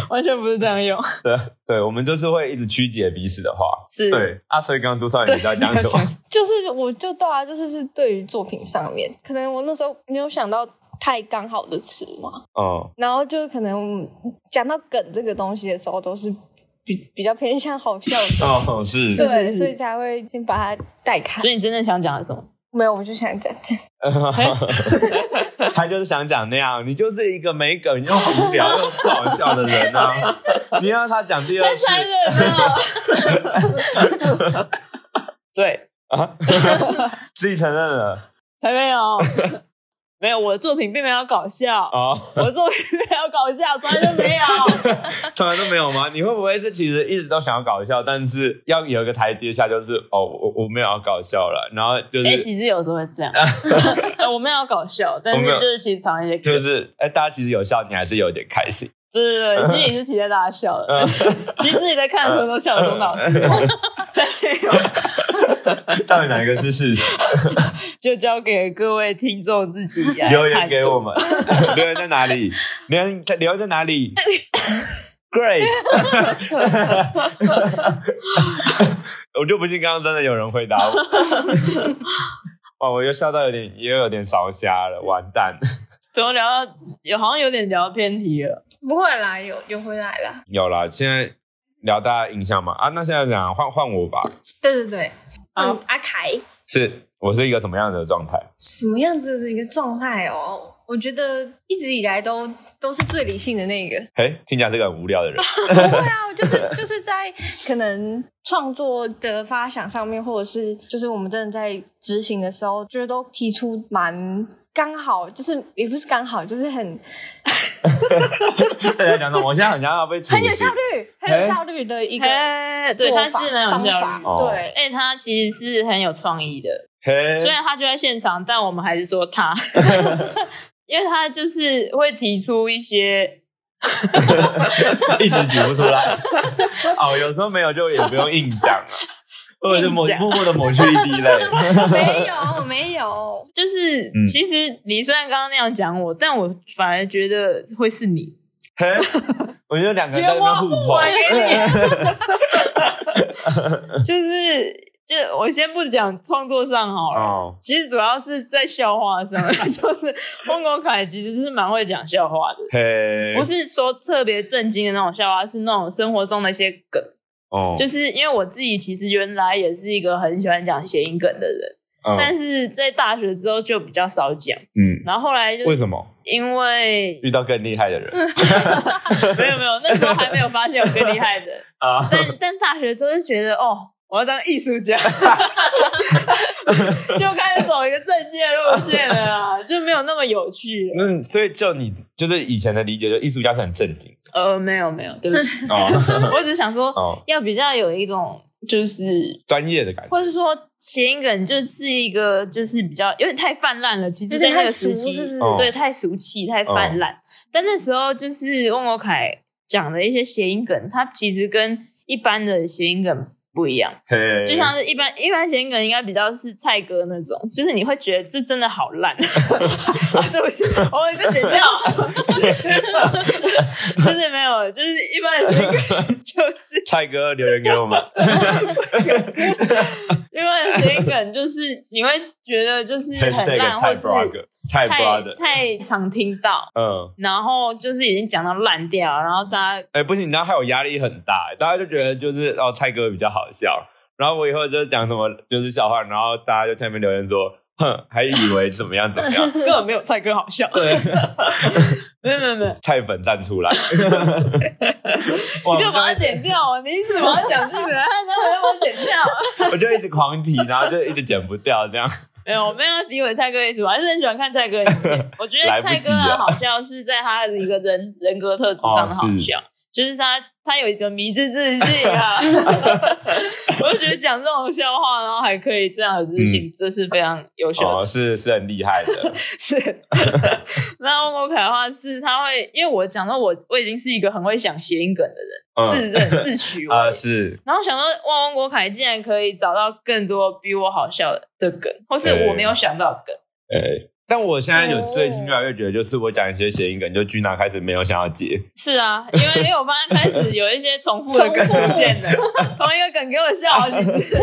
Speaker 2: 完全不是这样用。
Speaker 3: 对对，我们就是会一直曲解彼此的话。
Speaker 2: 是，
Speaker 3: 对，啊，所以刚刚杜少爷你在讲什
Speaker 2: 对你
Speaker 3: 么？
Speaker 1: 就是我就对啊，就是是对于作品上面，可能我那时候没有想到太刚好的词嘛，
Speaker 3: 嗯，
Speaker 1: 然后就可能讲到梗这个东西的时候，都是比比较偏向好笑的，
Speaker 3: 哦，是
Speaker 2: 是
Speaker 1: 对，所以才会先把它带开。
Speaker 2: 所以你真正想讲的是什么？
Speaker 1: 没有，我就想讲讲，
Speaker 3: 他就是想讲那样，你就是一个没梗又无聊又不好笑的人啊！你让他讲第二次
Speaker 2: 残忍了。 对，
Speaker 3: 啊，自己承认了
Speaker 2: 才没 有，没有，我的作品并没有搞笑，
Speaker 3: 啊，
Speaker 2: 我的作品并没有搞笑，从来就没有。
Speaker 3: 从来都没有吗？你会不会是其实一直都想要搞笑，但是要有一个台阶下，就是哦，我我没有要搞笑了，然后就是
Speaker 2: 哎、其实有时候会这样，哎我没有搞笑，但
Speaker 3: 我
Speaker 2: 是
Speaker 3: 没有
Speaker 2: 就是其实藏一些梗，
Speaker 3: 就是哎、大家其实有笑，你还是有点开心。
Speaker 2: 对对对，心里是期待大家笑
Speaker 3: 嗯
Speaker 2: 的， 其实自己在看的时候都笑得东倒西歪，
Speaker 3: 嗯
Speaker 2: 所以
Speaker 3: 到底哪一个是事实？
Speaker 2: 就交给各位听众自己来
Speaker 3: 留言给
Speaker 2: 判断
Speaker 3: 我。们，留言在哪里？留言在留言在 哪里？Great！我就不信刚刚真的有人回答 我。哇，我又笑到有点，又有点烧瞎了，完蛋！
Speaker 2: 怎么聊到有好像有点聊偏题了？
Speaker 1: 不会啦，有有回来啦。
Speaker 3: 有啦，现在聊大家印象嘛啊，那现在怎样？换换我吧，
Speaker 1: 对对对，
Speaker 2: 好
Speaker 1: 嗯，阿凯
Speaker 3: 是我是一个什么样的状态？
Speaker 1: 什么样子的一个状态哦？我觉得一直以来都都是最理性的那个，
Speaker 3: 嘿，听起来是个很无聊的 人。
Speaker 1: 不会啊， 就是就是在可能创作的发想上面，或者是就是我们真的在执行的时候，就是都提出蛮刚好，就是也不是刚好，就是很
Speaker 3: 大家讲什么？我现在很像要被处
Speaker 1: 很有
Speaker 3: 死
Speaker 1: 效率、很有效率的一个
Speaker 2: 嘿，哎对，
Speaker 1: 做
Speaker 2: 他
Speaker 1: 法
Speaker 2: 是蛮有
Speaker 1: 方
Speaker 2: 效
Speaker 1: 法
Speaker 2: 率。
Speaker 3: 哦
Speaker 1: 对，
Speaker 2: 哎、他其实是很有创意的，
Speaker 3: 嘿，
Speaker 2: 虽然他就在现场，但我们还是说 他，因为他就是会提出一些，
Speaker 3: 一时举不出来。哦，有时候没有就也不用硬讲了。或者是抹
Speaker 2: 硬讲
Speaker 3: 默默的抹去一滴泪。
Speaker 2: 没有，没有，就是、
Speaker 3: 嗯
Speaker 2: 其实你虽然刚刚那样讲我，但我反而觉得会是你。
Speaker 3: 嘿我觉得两个人在那边互
Speaker 2: 我
Speaker 3: 捧，
Speaker 2: 给你， 就是就我先不讲创作上好了。
Speaker 3: 哦，
Speaker 2: 其实主要是在笑话上， 就是孟国凯其实是蛮会讲笑话的，
Speaker 3: 嘿，
Speaker 2: 不是说特别震惊的那种笑话，是那种生活中的一些梗。
Speaker 3: 哦，
Speaker 2: 就是因为我自己其实原来也是一个很喜欢讲谐音梗的人，
Speaker 3: 嗯
Speaker 2: 但是在大学之后就比较少讲，
Speaker 3: 嗯，
Speaker 2: 然后后来就
Speaker 3: 为什么
Speaker 2: 因为
Speaker 3: 遇到更厉害的
Speaker 2: 嗯
Speaker 3: 人
Speaker 2: 没有没有，那时候还没有发现有更厉害 的，
Speaker 3: 啊？
Speaker 2: 但但大学之后就觉得哦。我要当艺术 家，就开始走一个正经的路线了啊， 就没有那么有趣了。
Speaker 3: 嗯，所以就你就是以前的理解，就艺术家是很正经
Speaker 2: 呃，没有没有，对不起，
Speaker 3: 哦
Speaker 2: 我只是想说，
Speaker 3: 哦，
Speaker 2: 要比较有一种就是
Speaker 3: 专业的感 觉
Speaker 2: 或是说谐音梗就是一个就是比较有点太泛滥了，其实
Speaker 1: 有
Speaker 2: 在
Speaker 1: 点
Speaker 2: 那
Speaker 1: 太
Speaker 2: 个
Speaker 1: 熟
Speaker 2: 时期，
Speaker 1: 是不是
Speaker 3: 哦
Speaker 2: 对，太俗气、太泛滥。但那时候就是翁国凯讲的一些谐音梗，它其实跟一般的谐音梗不一样，，
Speaker 3: 嘿
Speaker 2: 就像是一般一般谐音梗应该比较是蔡哥那种，就是你会觉得这真的好烂， 啊、对不起，我就剪掉， 就是没有，就是一般的谐音梗就是
Speaker 3: 蔡哥留言给 我们，
Speaker 2: 因为谐音梗就是你会觉得 就是很
Speaker 3: Hashtag
Speaker 2: 烂，或
Speaker 3: 蔡
Speaker 2: 是
Speaker 3: blog，蔡
Speaker 2: 太
Speaker 3: blog，
Speaker 2: 太常听到，
Speaker 3: 嗯，
Speaker 2: 然后就是已经讲到烂掉，然后大家
Speaker 3: 哎、不行，然后还有压力很大、大家就觉得就是哦，蔡哥比较好笑，然后我以后就讲什么就是笑话，然后大家就下面留言说，哼，还以为怎么样怎么 样，。
Speaker 2: 根本没有蔡哥好笑
Speaker 3: 对，
Speaker 2: 没有没有没有，
Speaker 3: 蔡粉站出 来，哇
Speaker 2: 你就把它剪掉啊！你一直把它讲进来， 然后要把它剪掉。
Speaker 3: 我就一直狂提，然后就一直剪不掉， 这样
Speaker 2: 没有，我没有要诋毁蔡哥意思，我还是很喜欢看蔡哥的影片。我觉
Speaker 3: 来
Speaker 2: 得
Speaker 3: 不及
Speaker 2: 蔡哥
Speaker 3: 了
Speaker 2: 的好笑是在他的一个人人格特质上的好
Speaker 3: 哦是
Speaker 2: 笑，就是他他有一个迷之自信 啊。我就觉得讲这种笑话，然后还可以这样有自信，这是非常优秀的。
Speaker 3: 嗯哦，是是很厉 害的，
Speaker 2: 是，那翁国凯的话是他会，因为我讲到我我已经是一个很会想谐音梗的人，
Speaker 3: 嗯
Speaker 2: 自认自诩 为。
Speaker 3: 啊、是
Speaker 2: 然后想说，哇，翁国凯竟然可以找到更多比我好笑的梗，或是我没有想到的梗。
Speaker 3: 哎。但我现在
Speaker 2: 哦
Speaker 3: 有最近越来越觉得，就是我讲一些谐音梗，就居娜开始没有想要接，
Speaker 2: 是啊，因为因为我发现开始有一些重复的梗
Speaker 1: 重复
Speaker 2: 出 现了，同一个梗给我笑啊好几次。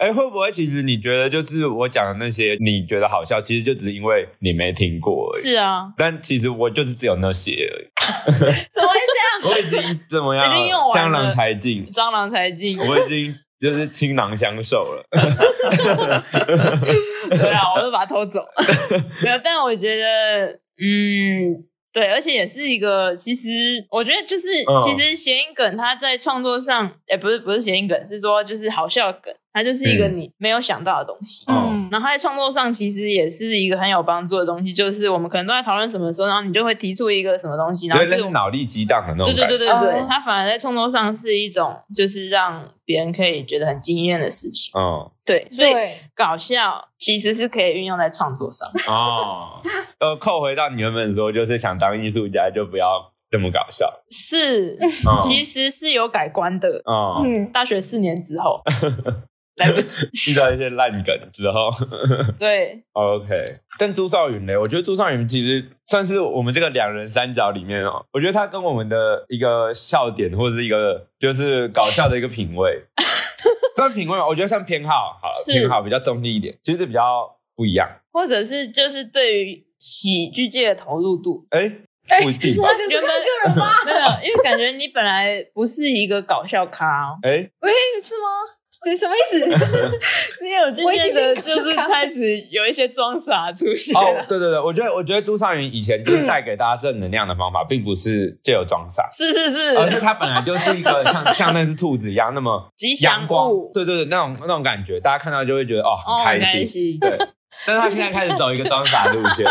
Speaker 3: 哎、会不会其实你觉得就是我讲的那些你觉得好笑，其实就只是因为你没听过而已。
Speaker 2: 是啊，
Speaker 3: 但其实我就是只有那些而已，
Speaker 2: 怎么会这
Speaker 3: 我已经怎么样？
Speaker 2: 已经用完
Speaker 3: 江
Speaker 2: 了
Speaker 3: 郎才尽
Speaker 2: 样？，蟑螂才进。
Speaker 3: 我已经就是倾囊相授了。
Speaker 2: 对啊，我就把它偷 走。没有，但我觉得，嗯，对，而且也是一个，其实我觉得就是，
Speaker 3: 嗯
Speaker 2: 其实谐音梗它在创作上，哎、不是不是谐音梗，是说就是好笑的梗，它就是一个
Speaker 3: 嗯
Speaker 2: 你没有想到的东西。
Speaker 1: 嗯，
Speaker 2: 然后在创作上其实也是一个很有帮助的东西，就是我们可能都在讨论什么的时候，然后你就会提出一个什么东西，然
Speaker 3: 有
Speaker 2: 后
Speaker 3: 点
Speaker 2: 是
Speaker 3: 是脑力激荡的那种
Speaker 2: 对
Speaker 3: 感
Speaker 2: 对
Speaker 3: 觉。
Speaker 2: 对对
Speaker 1: 感觉
Speaker 2: 对
Speaker 1: 哦，
Speaker 2: 它反而在创作上是一种就是让别人可以觉得很惊艳的事情。
Speaker 3: 嗯
Speaker 2: 对，所以
Speaker 1: 对，
Speaker 2: 搞笑其实是可以运用在创作上。
Speaker 3: 哦，呃，扣回到你原本说，就是想当艺术家，就不要这么搞笑。
Speaker 2: 是，
Speaker 3: 嗯
Speaker 2: 其实是有改观的。
Speaker 3: 哦，
Speaker 1: 嗯，
Speaker 2: 大学四年之 后，来不及。
Speaker 3: 遇到一些烂梗之后
Speaker 2: 对，
Speaker 3: ，OK。但朱少云呢？我觉得朱少云其实算是我们这个两人三角里面哦，我觉得他跟我们的一个笑点或者是一个就是搞笑的一个品 味，算品味吗，我觉得算偏好，好了
Speaker 2: 是
Speaker 3: 偏好比较中立一点，其实比较不一样。
Speaker 2: 或者是就是对于喜剧界的投入度，
Speaker 3: 哎、
Speaker 1: 哎
Speaker 3: 不一
Speaker 1: 就
Speaker 3: 定
Speaker 1: 是
Speaker 3: 吧
Speaker 1: 这个是他个人 吧？
Speaker 2: 没有，因为感觉你本来不是一个搞笑咖、哦，
Speaker 3: 哎、
Speaker 1: 喂，是吗？这什么意 思？
Speaker 2: 你有渐渐的，就
Speaker 1: 我
Speaker 2: 是
Speaker 1: 已经变搞笑咖
Speaker 2: 开始有一些装傻出现了。
Speaker 3: 哦，对对对，我觉得我觉得朱少云以前就是带给大家正能量的方法，并不是借由装傻，
Speaker 2: 是是是，
Speaker 3: 哦而是他本来就是一 个像像那只兔子一样那么
Speaker 2: 吉
Speaker 3: 阳
Speaker 2: 祥
Speaker 3: 光
Speaker 2: 物，，
Speaker 3: 对对对，那种那种感觉，大家看到就会觉得哦
Speaker 2: 哦，
Speaker 3: 很
Speaker 2: 很
Speaker 3: 开
Speaker 2: 开
Speaker 3: 心。
Speaker 2: 心。
Speaker 3: 对，但是他现在开始走一个装傻路线，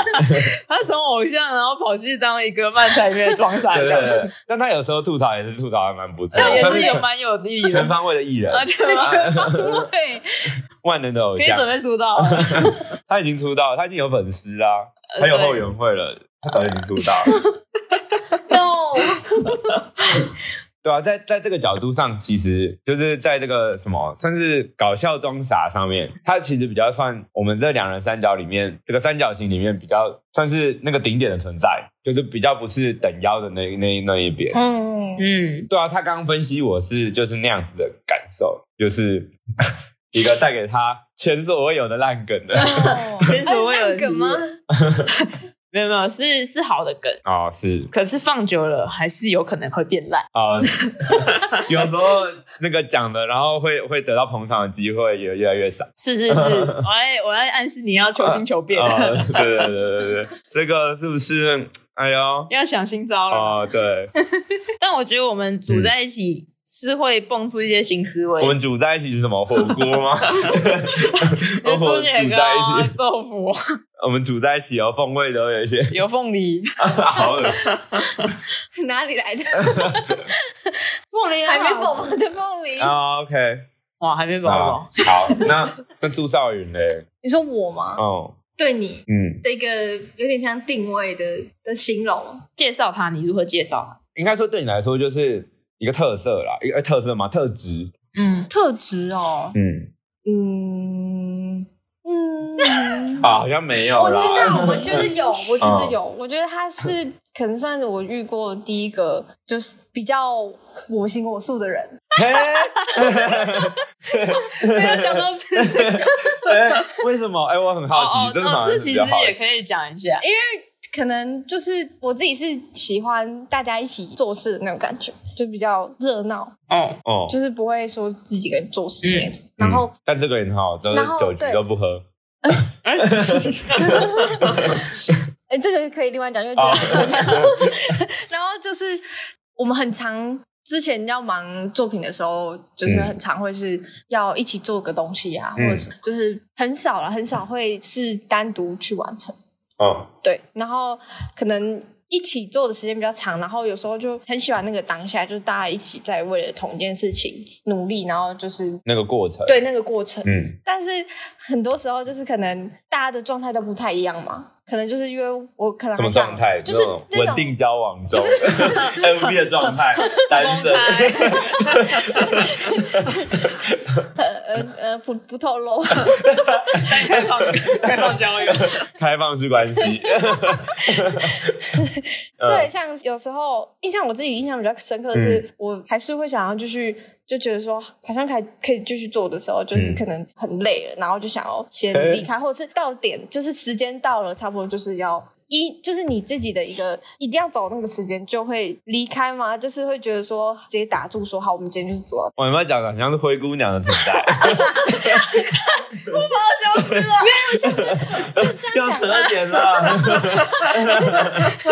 Speaker 2: 他从偶像，然后跑去当一个漫才里面 的装傻
Speaker 3: 对对
Speaker 2: 角色
Speaker 3: 对，。但他有时候吐槽也是吐槽还蛮不错的，
Speaker 2: 对，也
Speaker 3: 算
Speaker 2: 是有
Speaker 3: 全
Speaker 2: 蛮有啊意义
Speaker 3: 全
Speaker 2: 的。
Speaker 3: 方位的艺人，啊
Speaker 2: 而且
Speaker 1: 全方位，
Speaker 3: 万能的偶
Speaker 2: 可以
Speaker 3: 像
Speaker 2: 准，备出道 了，
Speaker 3: 他已经出道，他已经有粉丝啦，他有
Speaker 2: 呃对
Speaker 3: 后援会了，他早就已经出道了。
Speaker 1: no，
Speaker 3: 对啊，在在这个角度上，其实就是在这个什么，算是搞笑装傻上面，它其实比较算我们这两人三角里面，这个三角形里面比较算是那个顶点的存在，就是比较不是等腰的那那那一边。
Speaker 1: 嗯，
Speaker 2: 嗯，
Speaker 3: 对啊，他刚刚分析我是就是那样子的感受，就是 一个带给他前所未有的烂梗 的
Speaker 2: 前所未有的
Speaker 1: 哎那梗吗？
Speaker 2: 没有没有，是是好的梗，
Speaker 3: 哦，是
Speaker 2: 可是放久了还是有可能会变烂。
Speaker 3: 啊，有时候那个讲的，然后会会得到捧场的机会也越来越少。
Speaker 2: 是 是是，我爱我爱暗示你要求新求变，
Speaker 3: 啊，对对对对对，这个是不是？哎呦，
Speaker 2: 要想新招了。
Speaker 3: 哦，对，
Speaker 2: 但我觉得我们组在一起是会蹦出一些新滋味
Speaker 3: 我。们煮在一起是什么火锅 吗？我
Speaker 2: 猪
Speaker 3: 们
Speaker 2: 血
Speaker 3: 煮
Speaker 2: 糕
Speaker 3: 在一
Speaker 2: 啊
Speaker 3: 起，、
Speaker 2: 豆腐、
Speaker 3: 我们煮在一起哦，凤味都有一些
Speaker 2: 有凤梨，
Speaker 3: 好恶
Speaker 1: 哪里来的？
Speaker 2: 凤梨
Speaker 1: 还
Speaker 2: 还
Speaker 1: 没
Speaker 2: 没
Speaker 1: 爆
Speaker 2: 爆，
Speaker 1: 满的凤梨？
Speaker 3: 啊，OK，
Speaker 2: 哇，哦还没爆
Speaker 3: 啊，
Speaker 2: 爆。
Speaker 3: 好，那那朱少云嘞？
Speaker 1: 你说我吗？
Speaker 3: 哦，
Speaker 1: 对你
Speaker 3: 嗯，
Speaker 1: 的一个有点像定位的的形容，
Speaker 2: 介绍他，你如何介绍他？
Speaker 3: 应该说对你来说就是一个特色啦，一个呃特色嘛，特质，
Speaker 2: 嗯，
Speaker 1: 特质哦，
Speaker 3: 嗯，
Speaker 1: 嗯 嗯，
Speaker 3: 啊，好像没有
Speaker 1: 我
Speaker 3: 啦，嗯
Speaker 1: 知道，我觉得有，我觉得有，我觉得他是可能算是我遇过第一个就是比较我行我素的人。
Speaker 3: 嘿，
Speaker 2: 没有想到自己
Speaker 3: 哎为什么？哎，我很好
Speaker 2: 哦
Speaker 3: 奇，真的
Speaker 2: 哦，
Speaker 3: 好
Speaker 2: 这
Speaker 3: 像
Speaker 2: 其
Speaker 3: 比
Speaker 2: 实
Speaker 3: 较好
Speaker 2: 也
Speaker 3: 奇
Speaker 2: 可以讲一下。
Speaker 1: 可能就是我自己是喜欢大家一起做事的那种感觉，就比较热闹，
Speaker 2: 哦，
Speaker 3: 哦，
Speaker 1: 就是不会说自己一个人做事那种。然后
Speaker 3: 嗯，但这个也很好，就是
Speaker 1: 然后
Speaker 3: 酒局
Speaker 1: 对
Speaker 3: 都不喝，
Speaker 2: 哎
Speaker 1: 哎、这个可以另外讲，因为这
Speaker 3: 啊
Speaker 1: 个 然后就是我们很常之前要忙作品的时候，就是
Speaker 3: 嗯
Speaker 1: 很常会是要一起做个东西啊，
Speaker 3: 嗯
Speaker 1: 或者是就是很少了，很少会是单独去完成。
Speaker 3: 哦，
Speaker 1: 对，然后可能一起做的时间比较长，然后有时候就很喜欢那个当下，就是大家一起在为了同一件事情努力，然后就是
Speaker 3: 那个过程，
Speaker 1: 对那个过程。
Speaker 3: 嗯，
Speaker 1: 但是很多时候就是可能大家的状态都不太一样嘛，可能就是因为我可能
Speaker 3: 什么
Speaker 1: 还想
Speaker 3: 状态？
Speaker 1: 就是那
Speaker 3: 那
Speaker 1: 种
Speaker 3: 种稳定交往中，FB 的 状态，单身
Speaker 2: 公，开
Speaker 1: 呃呃不不透 露，
Speaker 3: 嗯
Speaker 2: 开放开放交友，
Speaker 3: 开放式关系，嗯
Speaker 1: 对，像有时候印象我自己印象比较深刻的是，我还是会想要继续，就觉得说好像还可以继续做的时候，就是
Speaker 3: 嗯
Speaker 1: 可能很累了，然后就想要先
Speaker 3: 嘿
Speaker 1: 离开，或者是到点就是时间到了，差不多就是要。一就是你自己的一个一定要走那个时间就会离开吗？就是会觉得说直接打住说好，我们今天就是做到
Speaker 3: 我有没有讲的很像是灰姑娘的存在？
Speaker 2: 消失了。
Speaker 1: 就这
Speaker 3: 要
Speaker 1: 样
Speaker 3: 十
Speaker 1: 讲，
Speaker 3: 二点了，
Speaker 1: 就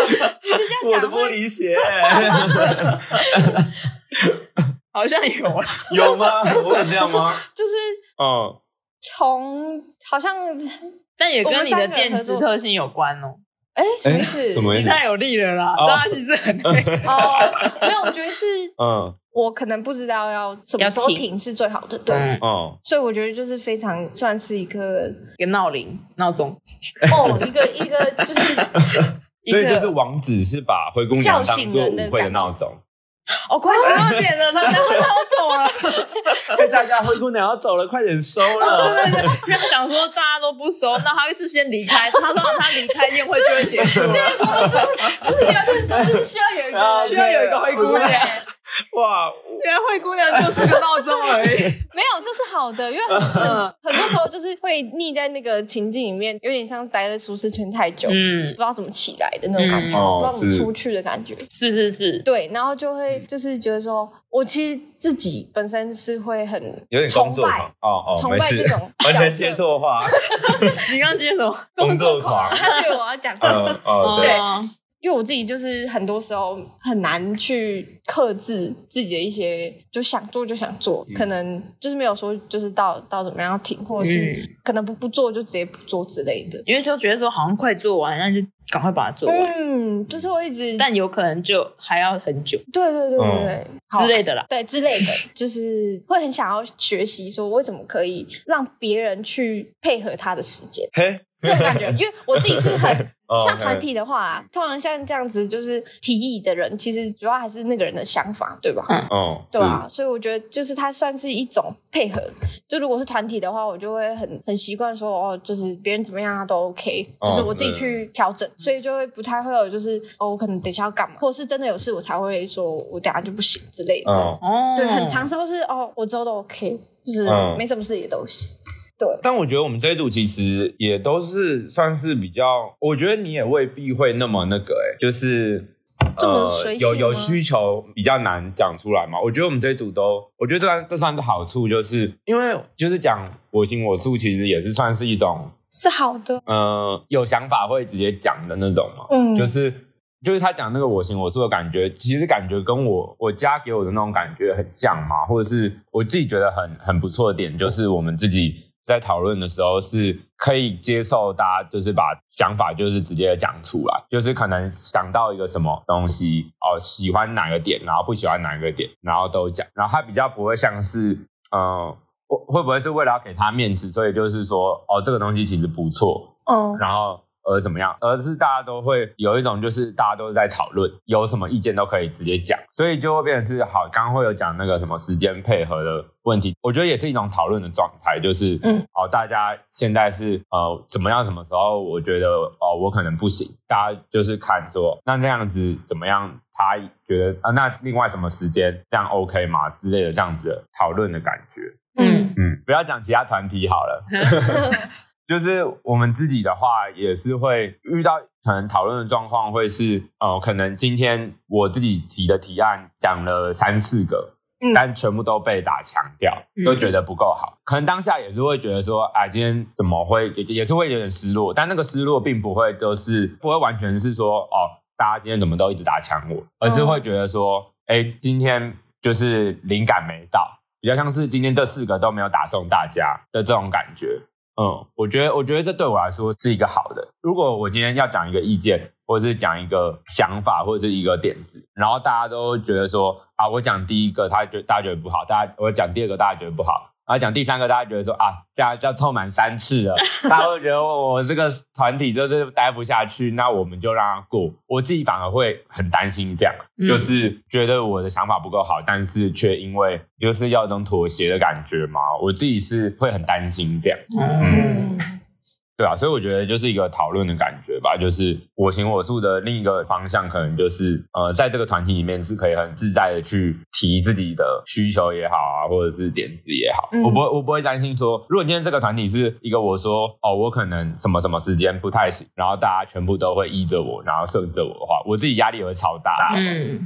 Speaker 1: 这
Speaker 3: 我
Speaker 1: 样讲
Speaker 3: 的玻
Speaker 1: 会
Speaker 3: 璃鞋
Speaker 2: 好像有啊，
Speaker 3: 有吗？我有这 样吗？
Speaker 1: 就是
Speaker 3: 嗯，
Speaker 1: 从好像
Speaker 2: 但也跟你的电池特性有关哦。
Speaker 1: 哎什么意思？
Speaker 3: 什么意
Speaker 2: 你
Speaker 3: 思？
Speaker 2: 太有力了啦，
Speaker 3: 哦
Speaker 2: 大家其实很累。
Speaker 1: 哦，没有，我觉得是
Speaker 3: 嗯
Speaker 1: 我可能不知道要什么时候
Speaker 2: 要停
Speaker 1: 停是最好的，对。
Speaker 2: 嗯，
Speaker 3: 嗯，
Speaker 1: 所以我觉得就是非常算是一个
Speaker 2: 一个闹铃闹钟，
Speaker 1: 哦，一 个一个哦就是
Speaker 2: 一
Speaker 3: 所以就
Speaker 2: 个
Speaker 3: 是王子是把灰姑娘当做舞会的闹钟，
Speaker 2: 哦，快十二点了，他们要闹走了。
Speaker 3: 哎，大家灰姑娘要走了，快点收
Speaker 2: 对
Speaker 3: 了。
Speaker 2: 对对，因为他想说大家都不熟，那他就先离开。他让他离开，宴会就会结束 了。
Speaker 1: 就是聊天的时候就是需要有 一个
Speaker 3: 啊
Speaker 1: 人
Speaker 2: 需要有一个灰姑娘，
Speaker 1: 对
Speaker 3: 哇，
Speaker 2: 原来灰姑娘就是个闹钟而已。
Speaker 1: 没有，这是好的，因为很很很多时候就是会腻在那个情境里面，有点像待在舒适圈太久，不
Speaker 2: 嗯，
Speaker 1: 知道怎么起来的那种感觉，
Speaker 2: 嗯
Speaker 3: 哦
Speaker 1: 不知道怎么
Speaker 3: 是
Speaker 1: 出去的感觉。
Speaker 2: 是是是，
Speaker 1: 对，然后就
Speaker 3: 嗯
Speaker 1: 会就是觉得说，我其实自己本身是会很
Speaker 3: 有点工
Speaker 1: 崇
Speaker 3: 作
Speaker 1: 拜
Speaker 3: 狂哦哦，
Speaker 1: 崇
Speaker 3: 没
Speaker 1: 拜
Speaker 3: 事，
Speaker 1: 这 种
Speaker 3: 完全
Speaker 1: 角
Speaker 3: 接
Speaker 1: 色。
Speaker 3: 错话，
Speaker 2: 你刚刚接什么？
Speaker 1: 工作
Speaker 3: 工作狂
Speaker 1: 狂，哦他觉得我要讲自己
Speaker 3: 嗯， 哦对
Speaker 1: 对，因为我自己就是很多时候很难去克制自己的一些，就想做就想做，
Speaker 3: 嗯
Speaker 1: 可能就是没有说就是到到怎么样停，或者是
Speaker 3: 嗯
Speaker 1: 可能不不做就直接不做之类的。
Speaker 2: 因为就觉得说好像快做完，那就赶快把它做完。
Speaker 1: 嗯，就是会一直
Speaker 2: 但有可能就还要很久
Speaker 1: 对对
Speaker 3: 嗯
Speaker 1: 对对对、好
Speaker 2: 之类的啦。
Speaker 1: 对之类的，就是会很想要学习说为什么可以让别人去配合他的时间
Speaker 3: 嘿，
Speaker 1: 这种感觉，因为我自己是很
Speaker 3: 哦
Speaker 1: 像团体的话啦，通常像这样子就是提议的人，其实主要还是那个人的想法，对吧？
Speaker 3: 哦，
Speaker 1: 对啊，所以我觉得就是它算是一种配合。就如果是团体的话，我就会很很习惯说哦，就是别人怎么样啊都 OK，
Speaker 3: 哦
Speaker 1: 就是我自己去调整，所以就会不太会有就是哦，我可能等一下要干嘛，或者是真的有事我才会说我等一下就不行之类
Speaker 3: 是，
Speaker 1: 的。
Speaker 3: 哦。
Speaker 2: 哦，
Speaker 1: 对，很长时候是哦，我之后都 OK，就是
Speaker 3: 嗯
Speaker 1: 没什么事也都行。对，
Speaker 3: 但我觉得我们这一组其实也都是算是比较，我觉得你也未必会那么那个、欸，就是
Speaker 1: 这么
Speaker 3: 呃
Speaker 1: 随性
Speaker 3: 有有
Speaker 1: 吗
Speaker 3: 需求比较难讲出来嘛。我觉得我们这一组都，我觉得这算这算是好处，就是因为就是讲我行我素，其实也是算是一种
Speaker 1: 是好的。
Speaker 3: 呃有想法会直接讲的那种嘛。
Speaker 1: 嗯，
Speaker 3: 就是就是他讲那个我行我素的感觉，其实感觉跟我我家给我的那种感觉很像嘛，或者是我自己觉得很很不错的点，就是我们自己在讨论的时候是可以接受大家就是把想法就是直接讲出来，就是可能想到一个什么东西哦，喜欢哪个点，然后不喜欢哪个点，然后都讲，然后他比较不会像是呃。会会不会是为了要给他面子，所以就是说，哦，这个东西其实不错，
Speaker 1: 哦，
Speaker 3: 然后呃怎么样，而是大家都会有一种就是大家都是在讨论，有什么意见都可以直接讲，所以就会变成是好，刚刚会有讲那个什么时间配合的问题，我觉得也是一种讨论的状态，就是
Speaker 1: 嗯
Speaker 3: 哦大家现在是呃怎么样，什么时候我觉得哦我可能不行，大家就是看说那这样子怎么样。他觉得啊，那另外什么时间这样 OK 吗？之类的这样子的讨论的感觉，
Speaker 2: 嗯
Speaker 1: 嗯，
Speaker 3: 嗯，不要讲其他团体好了， 就是我们自己的话，也是会遇到可能讨论的状况，会是呃，可能今天我自己提的提案讲了三四个，
Speaker 1: 嗯
Speaker 3: 但全部都被打强掉，
Speaker 2: 嗯
Speaker 3: 都觉得不够好。可能当下也是会觉得说，哎，今天怎么会也也是会有点失落，但那个失落并不会都是不会完全是说哦，大家今天怎么都一直打抢我，而是会觉得说，哎、今天就是灵感没到。比较像是今天这四个都没有打中大家的这种感觉，嗯，我觉得，我觉得这对我来说是一个好的。如果我今天要讲一个意见，或者是讲一个想法，或者是一个点子，然后大家都觉得说啊，我讲第一个，他觉大家觉得不好；大家我讲第二个，大家觉得不好；然后讲第三个，大家觉得说啊，大家要凑满三次了，大家会觉得我这个团体就是待不下去，那我们就让他过。我自己反而会很担心这样，
Speaker 2: 嗯
Speaker 3: 就是觉得我的想法不够好，但是却因为就是要有一种妥协的感觉嘛，我自己是会很担心这样。
Speaker 1: 嗯，
Speaker 3: 对啊，所以我觉得就是一个讨论的感觉吧，就是我行我素的另一个方向，可能就是呃，在这个团体里面是可以很自在的去提自己的需求也好啊，或者是点子也好，
Speaker 1: 嗯
Speaker 3: 我不会我不会担心说，如果今天这个团体是一个我说哦，我可能什么什么时间不太行，然后大家全部都会依着我，然后顺着我的话，我自己压力也会超大。
Speaker 2: 嗯。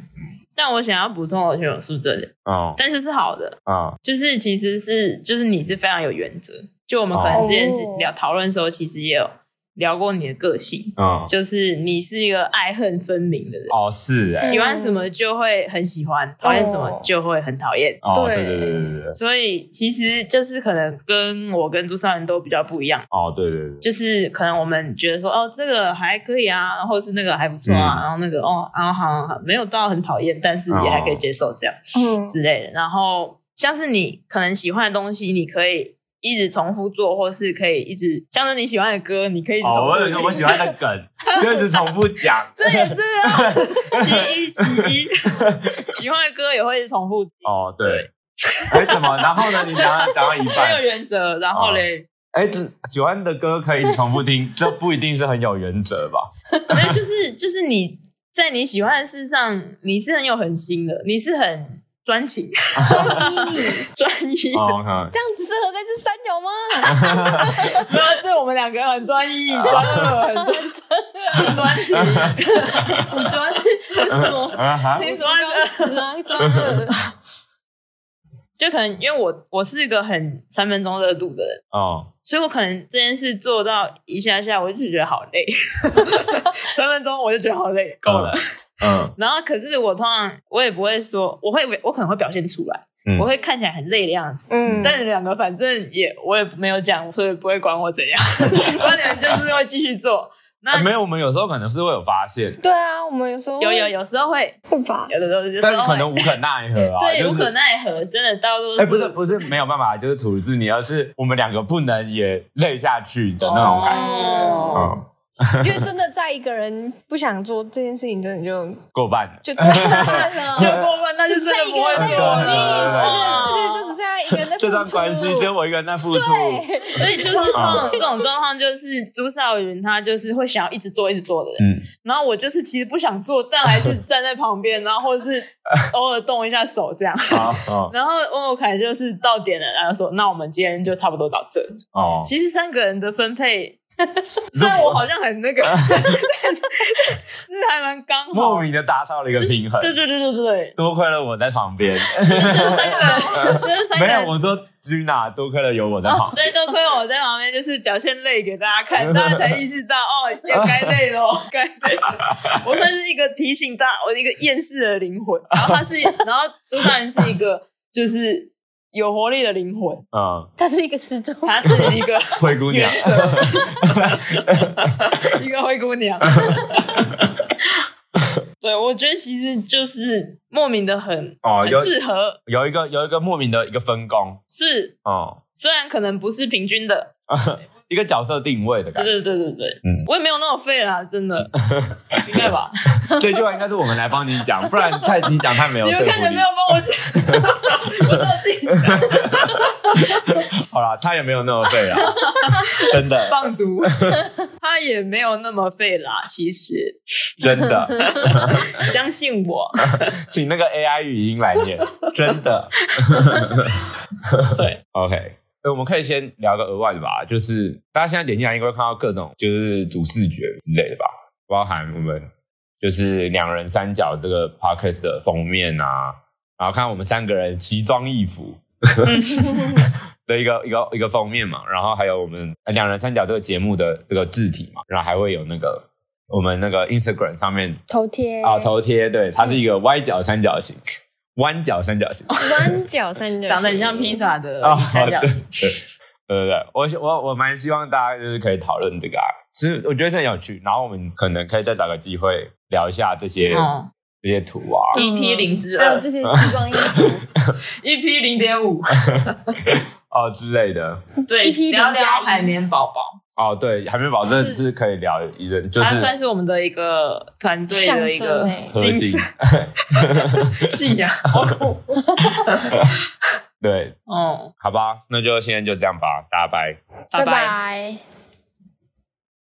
Speaker 2: 但我想要补充我学友素这里，
Speaker 3: 嗯
Speaker 2: 但是是好的，
Speaker 3: 嗯
Speaker 2: 就是其实是就是你是非常有原则。就我们可能之前
Speaker 1: 哦
Speaker 2: 聊讨论的时候，其实也有聊过你的个性，
Speaker 3: 嗯，
Speaker 2: 就是你是一个爱恨分明的人，
Speaker 3: 哦是哎、
Speaker 2: 喜欢什么就会很喜欢，讨厌什么就会很讨厌。
Speaker 3: 哦对
Speaker 1: 对
Speaker 3: 对对对对对，
Speaker 2: 所以其实就是可能跟我跟朱少仁都比较不一样，
Speaker 3: 哦对对对，
Speaker 2: 就是可能我们觉得说哦这个还可以啊，然后是那个还不错啊，
Speaker 3: 嗯
Speaker 2: 然后那个哦啊好好没有到很讨厌，但是也还可以接受这样、
Speaker 1: 嗯
Speaker 2: 之类的。然后像是你可能喜欢的东西，你可以一直重复做，或是可以一直像是你喜欢的歌，你可以一直重复
Speaker 3: 哦
Speaker 2: 听。
Speaker 3: 我有时候我喜欢的梗，就一直重复讲。
Speaker 2: 这也是啊，其一其一，喜欢的歌也会重复，
Speaker 3: 哦，对。 哎，怎么？然后呢？你讲到讲到一
Speaker 2: 很有
Speaker 3: 半，
Speaker 2: 原则。然后嘞，
Speaker 3: 哎，这喜欢的歌可以重复听， 这不一定是很有原 则吧？
Speaker 2: 那就是就是你在你喜欢的事上，你是很有恒心的，你是很专情、
Speaker 1: 哦
Speaker 2: 专一的。
Speaker 3: 哦，看
Speaker 1: 这样子适合在这三角吗？
Speaker 2: 然后对我们两个很专一、
Speaker 3: 哦
Speaker 2: 专二、很专很专情。
Speaker 1: 你装什 么？
Speaker 3: 啊哈，
Speaker 1: 你装二啊？装二？
Speaker 2: 就可能因为我我是一个很三分钟热度的人，
Speaker 3: 哦，
Speaker 2: 所以我可能这件事做到一下下，我就觉得好 累。三分钟我就觉得好累，够了。 啊
Speaker 3: 嗯
Speaker 2: 然后可是我通常我也不会说，我会我可能会表现出来，
Speaker 3: 嗯，
Speaker 2: 我会看起来很累的样子。
Speaker 1: 嗯，
Speaker 2: 但你们两个反正也我也没有讲，所以不会管我怎 样，那你们就是会继续做。
Speaker 3: 哎
Speaker 2: 那
Speaker 3: 没有，我们有时候可能是会有发现，
Speaker 1: 对啊，我们有时候
Speaker 2: 有有有时候会，
Speaker 1: 会 吧？
Speaker 2: 有的时候就是
Speaker 3: 但是可能无可奈何 啊，
Speaker 2: 对
Speaker 3: 就
Speaker 2: 无可
Speaker 3: 是。
Speaker 2: 奈何，真的到处
Speaker 3: 哎，
Speaker 2: 都
Speaker 3: 不是
Speaker 2: 是
Speaker 3: 不是，没有办法，就是处置你，而是我们两个不能也累下去的那种感觉。
Speaker 2: 哦
Speaker 3: 嗯，
Speaker 1: 因为真的在一个人不想做这件事情，真的就
Speaker 3: 过半了。
Speaker 1: 就太烂了，
Speaker 2: 就过关，那就
Speaker 1: 只
Speaker 2: 真的
Speaker 1: 剩一
Speaker 2: 不
Speaker 1: 个
Speaker 2: 会
Speaker 1: 人在
Speaker 2: 做
Speaker 1: 努力，
Speaker 3: 对
Speaker 1: 这个
Speaker 2: 了。
Speaker 1: 这个就是在一个人在
Speaker 3: 这段
Speaker 1: 付出
Speaker 3: 关系只有我一个人在付出，
Speaker 1: 对，
Speaker 2: 所以就是这种
Speaker 3: 嗯
Speaker 2: 这种状况，就是朱少云他就是会想要一直做一直做的人，
Speaker 3: 嗯，
Speaker 2: 然后我就是其实不想做，但还是站在旁边，然后或者是偶尔动一下手这样。
Speaker 3: 好，哦
Speaker 2: 然后翁有凯就是到点了，然后说：“那我们今天就差不多到这。
Speaker 3: 哦”，
Speaker 2: 其实三个人的分配，虽然我好像很那 个，但是 是还蛮刚好
Speaker 3: 莫。名的达到了一个
Speaker 2: 就是
Speaker 3: 平衡，
Speaker 2: 对对对对对，
Speaker 3: 多亏了我在旁 边，
Speaker 2: 就是三 个人，就是三个
Speaker 3: 呃没
Speaker 2: 人
Speaker 3: 有，我说 Gina 多亏了有我在
Speaker 2: 哦
Speaker 3: 旁，
Speaker 2: 对，
Speaker 3: 边，
Speaker 2: 多亏我在旁边，就是表现累给大家 看，大家才意识到哦，要该累了， 该累了。我算是一个提醒大家，我一个厌世的灵魂。然后他 是，然后朱善人是一个就是有活力的灵魂，
Speaker 3: 嗯，
Speaker 1: 他是一个失踪，
Speaker 2: 她是一个
Speaker 3: 灰姑娘，
Speaker 2: 一个灰姑 娘。对，我觉得其实就是莫名的很
Speaker 3: 哦
Speaker 2: 很
Speaker 3: 有
Speaker 2: 适合，
Speaker 3: 有一个有一个莫名的一个分工，
Speaker 2: 是
Speaker 3: 哦，
Speaker 2: 虽然可能不是平均的，
Speaker 3: 一个角色定位的
Speaker 2: 对
Speaker 3: 感觉。
Speaker 2: 对对对对，
Speaker 3: 嗯
Speaker 2: 我也没有那么废啦，真 的，明白吧？
Speaker 3: 这句话应该是我们来帮你讲，不然太你讲太没 有
Speaker 2: 你
Speaker 3: 说
Speaker 2: 们看起来
Speaker 3: 服
Speaker 2: 没
Speaker 3: 力
Speaker 2: 有。帮我讲， 我只有自己讲。
Speaker 3: 好啦，他也没有那么废 啊，真的
Speaker 2: 棒读， 他也没有那么废啦。其实，
Speaker 3: 真的，
Speaker 2: 相信 我，
Speaker 3: 请那个 AI 语音来念，真的。
Speaker 2: 对，
Speaker 3: OK，那我们可以先聊个额外的吧，就是大家现在点进来应该会看到各种就是主视觉之类的吧，包含我们就是两人三角这个 podcast 的封面啊，然后看到我们三个人奇装异服。的一个一个一个封面嘛，然后还有我们呃两人三角这个节目的这个字体嘛，然后还会有那个我们那个 Instagram 上面
Speaker 1: 头贴
Speaker 3: 啊头贴，对，它是一个歪角三角形，弯角三角形，
Speaker 1: 弯角三角，
Speaker 2: 长得很像披萨的
Speaker 3: 啊，
Speaker 2: 三角
Speaker 3: 对
Speaker 2: 形。
Speaker 3: 对对对，我我我蛮希望大家就是可以讨论这个啊，其实我觉得是很有趣，然后我们可能可以再找个机会聊一下这些、
Speaker 2: 嗯
Speaker 3: 这些图啊，
Speaker 1: 嗯
Speaker 2: ，EP 零之
Speaker 1: 还有
Speaker 2: 二
Speaker 1: 这些奇装异服，
Speaker 2: ，EP 零点 五，
Speaker 3: 哦之类的。
Speaker 2: 对，
Speaker 1: EP
Speaker 2: 聊聊
Speaker 1: 0+1
Speaker 2: 海绵宝宝，
Speaker 3: 哦，对，海绵宝真的
Speaker 1: 是
Speaker 3: 是可以聊一阵，就
Speaker 2: 它
Speaker 3: 是
Speaker 2: 算是我们的一个团队
Speaker 1: 象
Speaker 2: 的一
Speaker 1: 征
Speaker 2: 个
Speaker 1: 欸
Speaker 3: 核
Speaker 2: 精神
Speaker 3: 心
Speaker 2: 信 仰。
Speaker 3: 对，
Speaker 2: 哦，
Speaker 3: 好吧，那就现在就这样吧，大家拜。
Speaker 2: 嗯拜拜。
Speaker 1: 拜。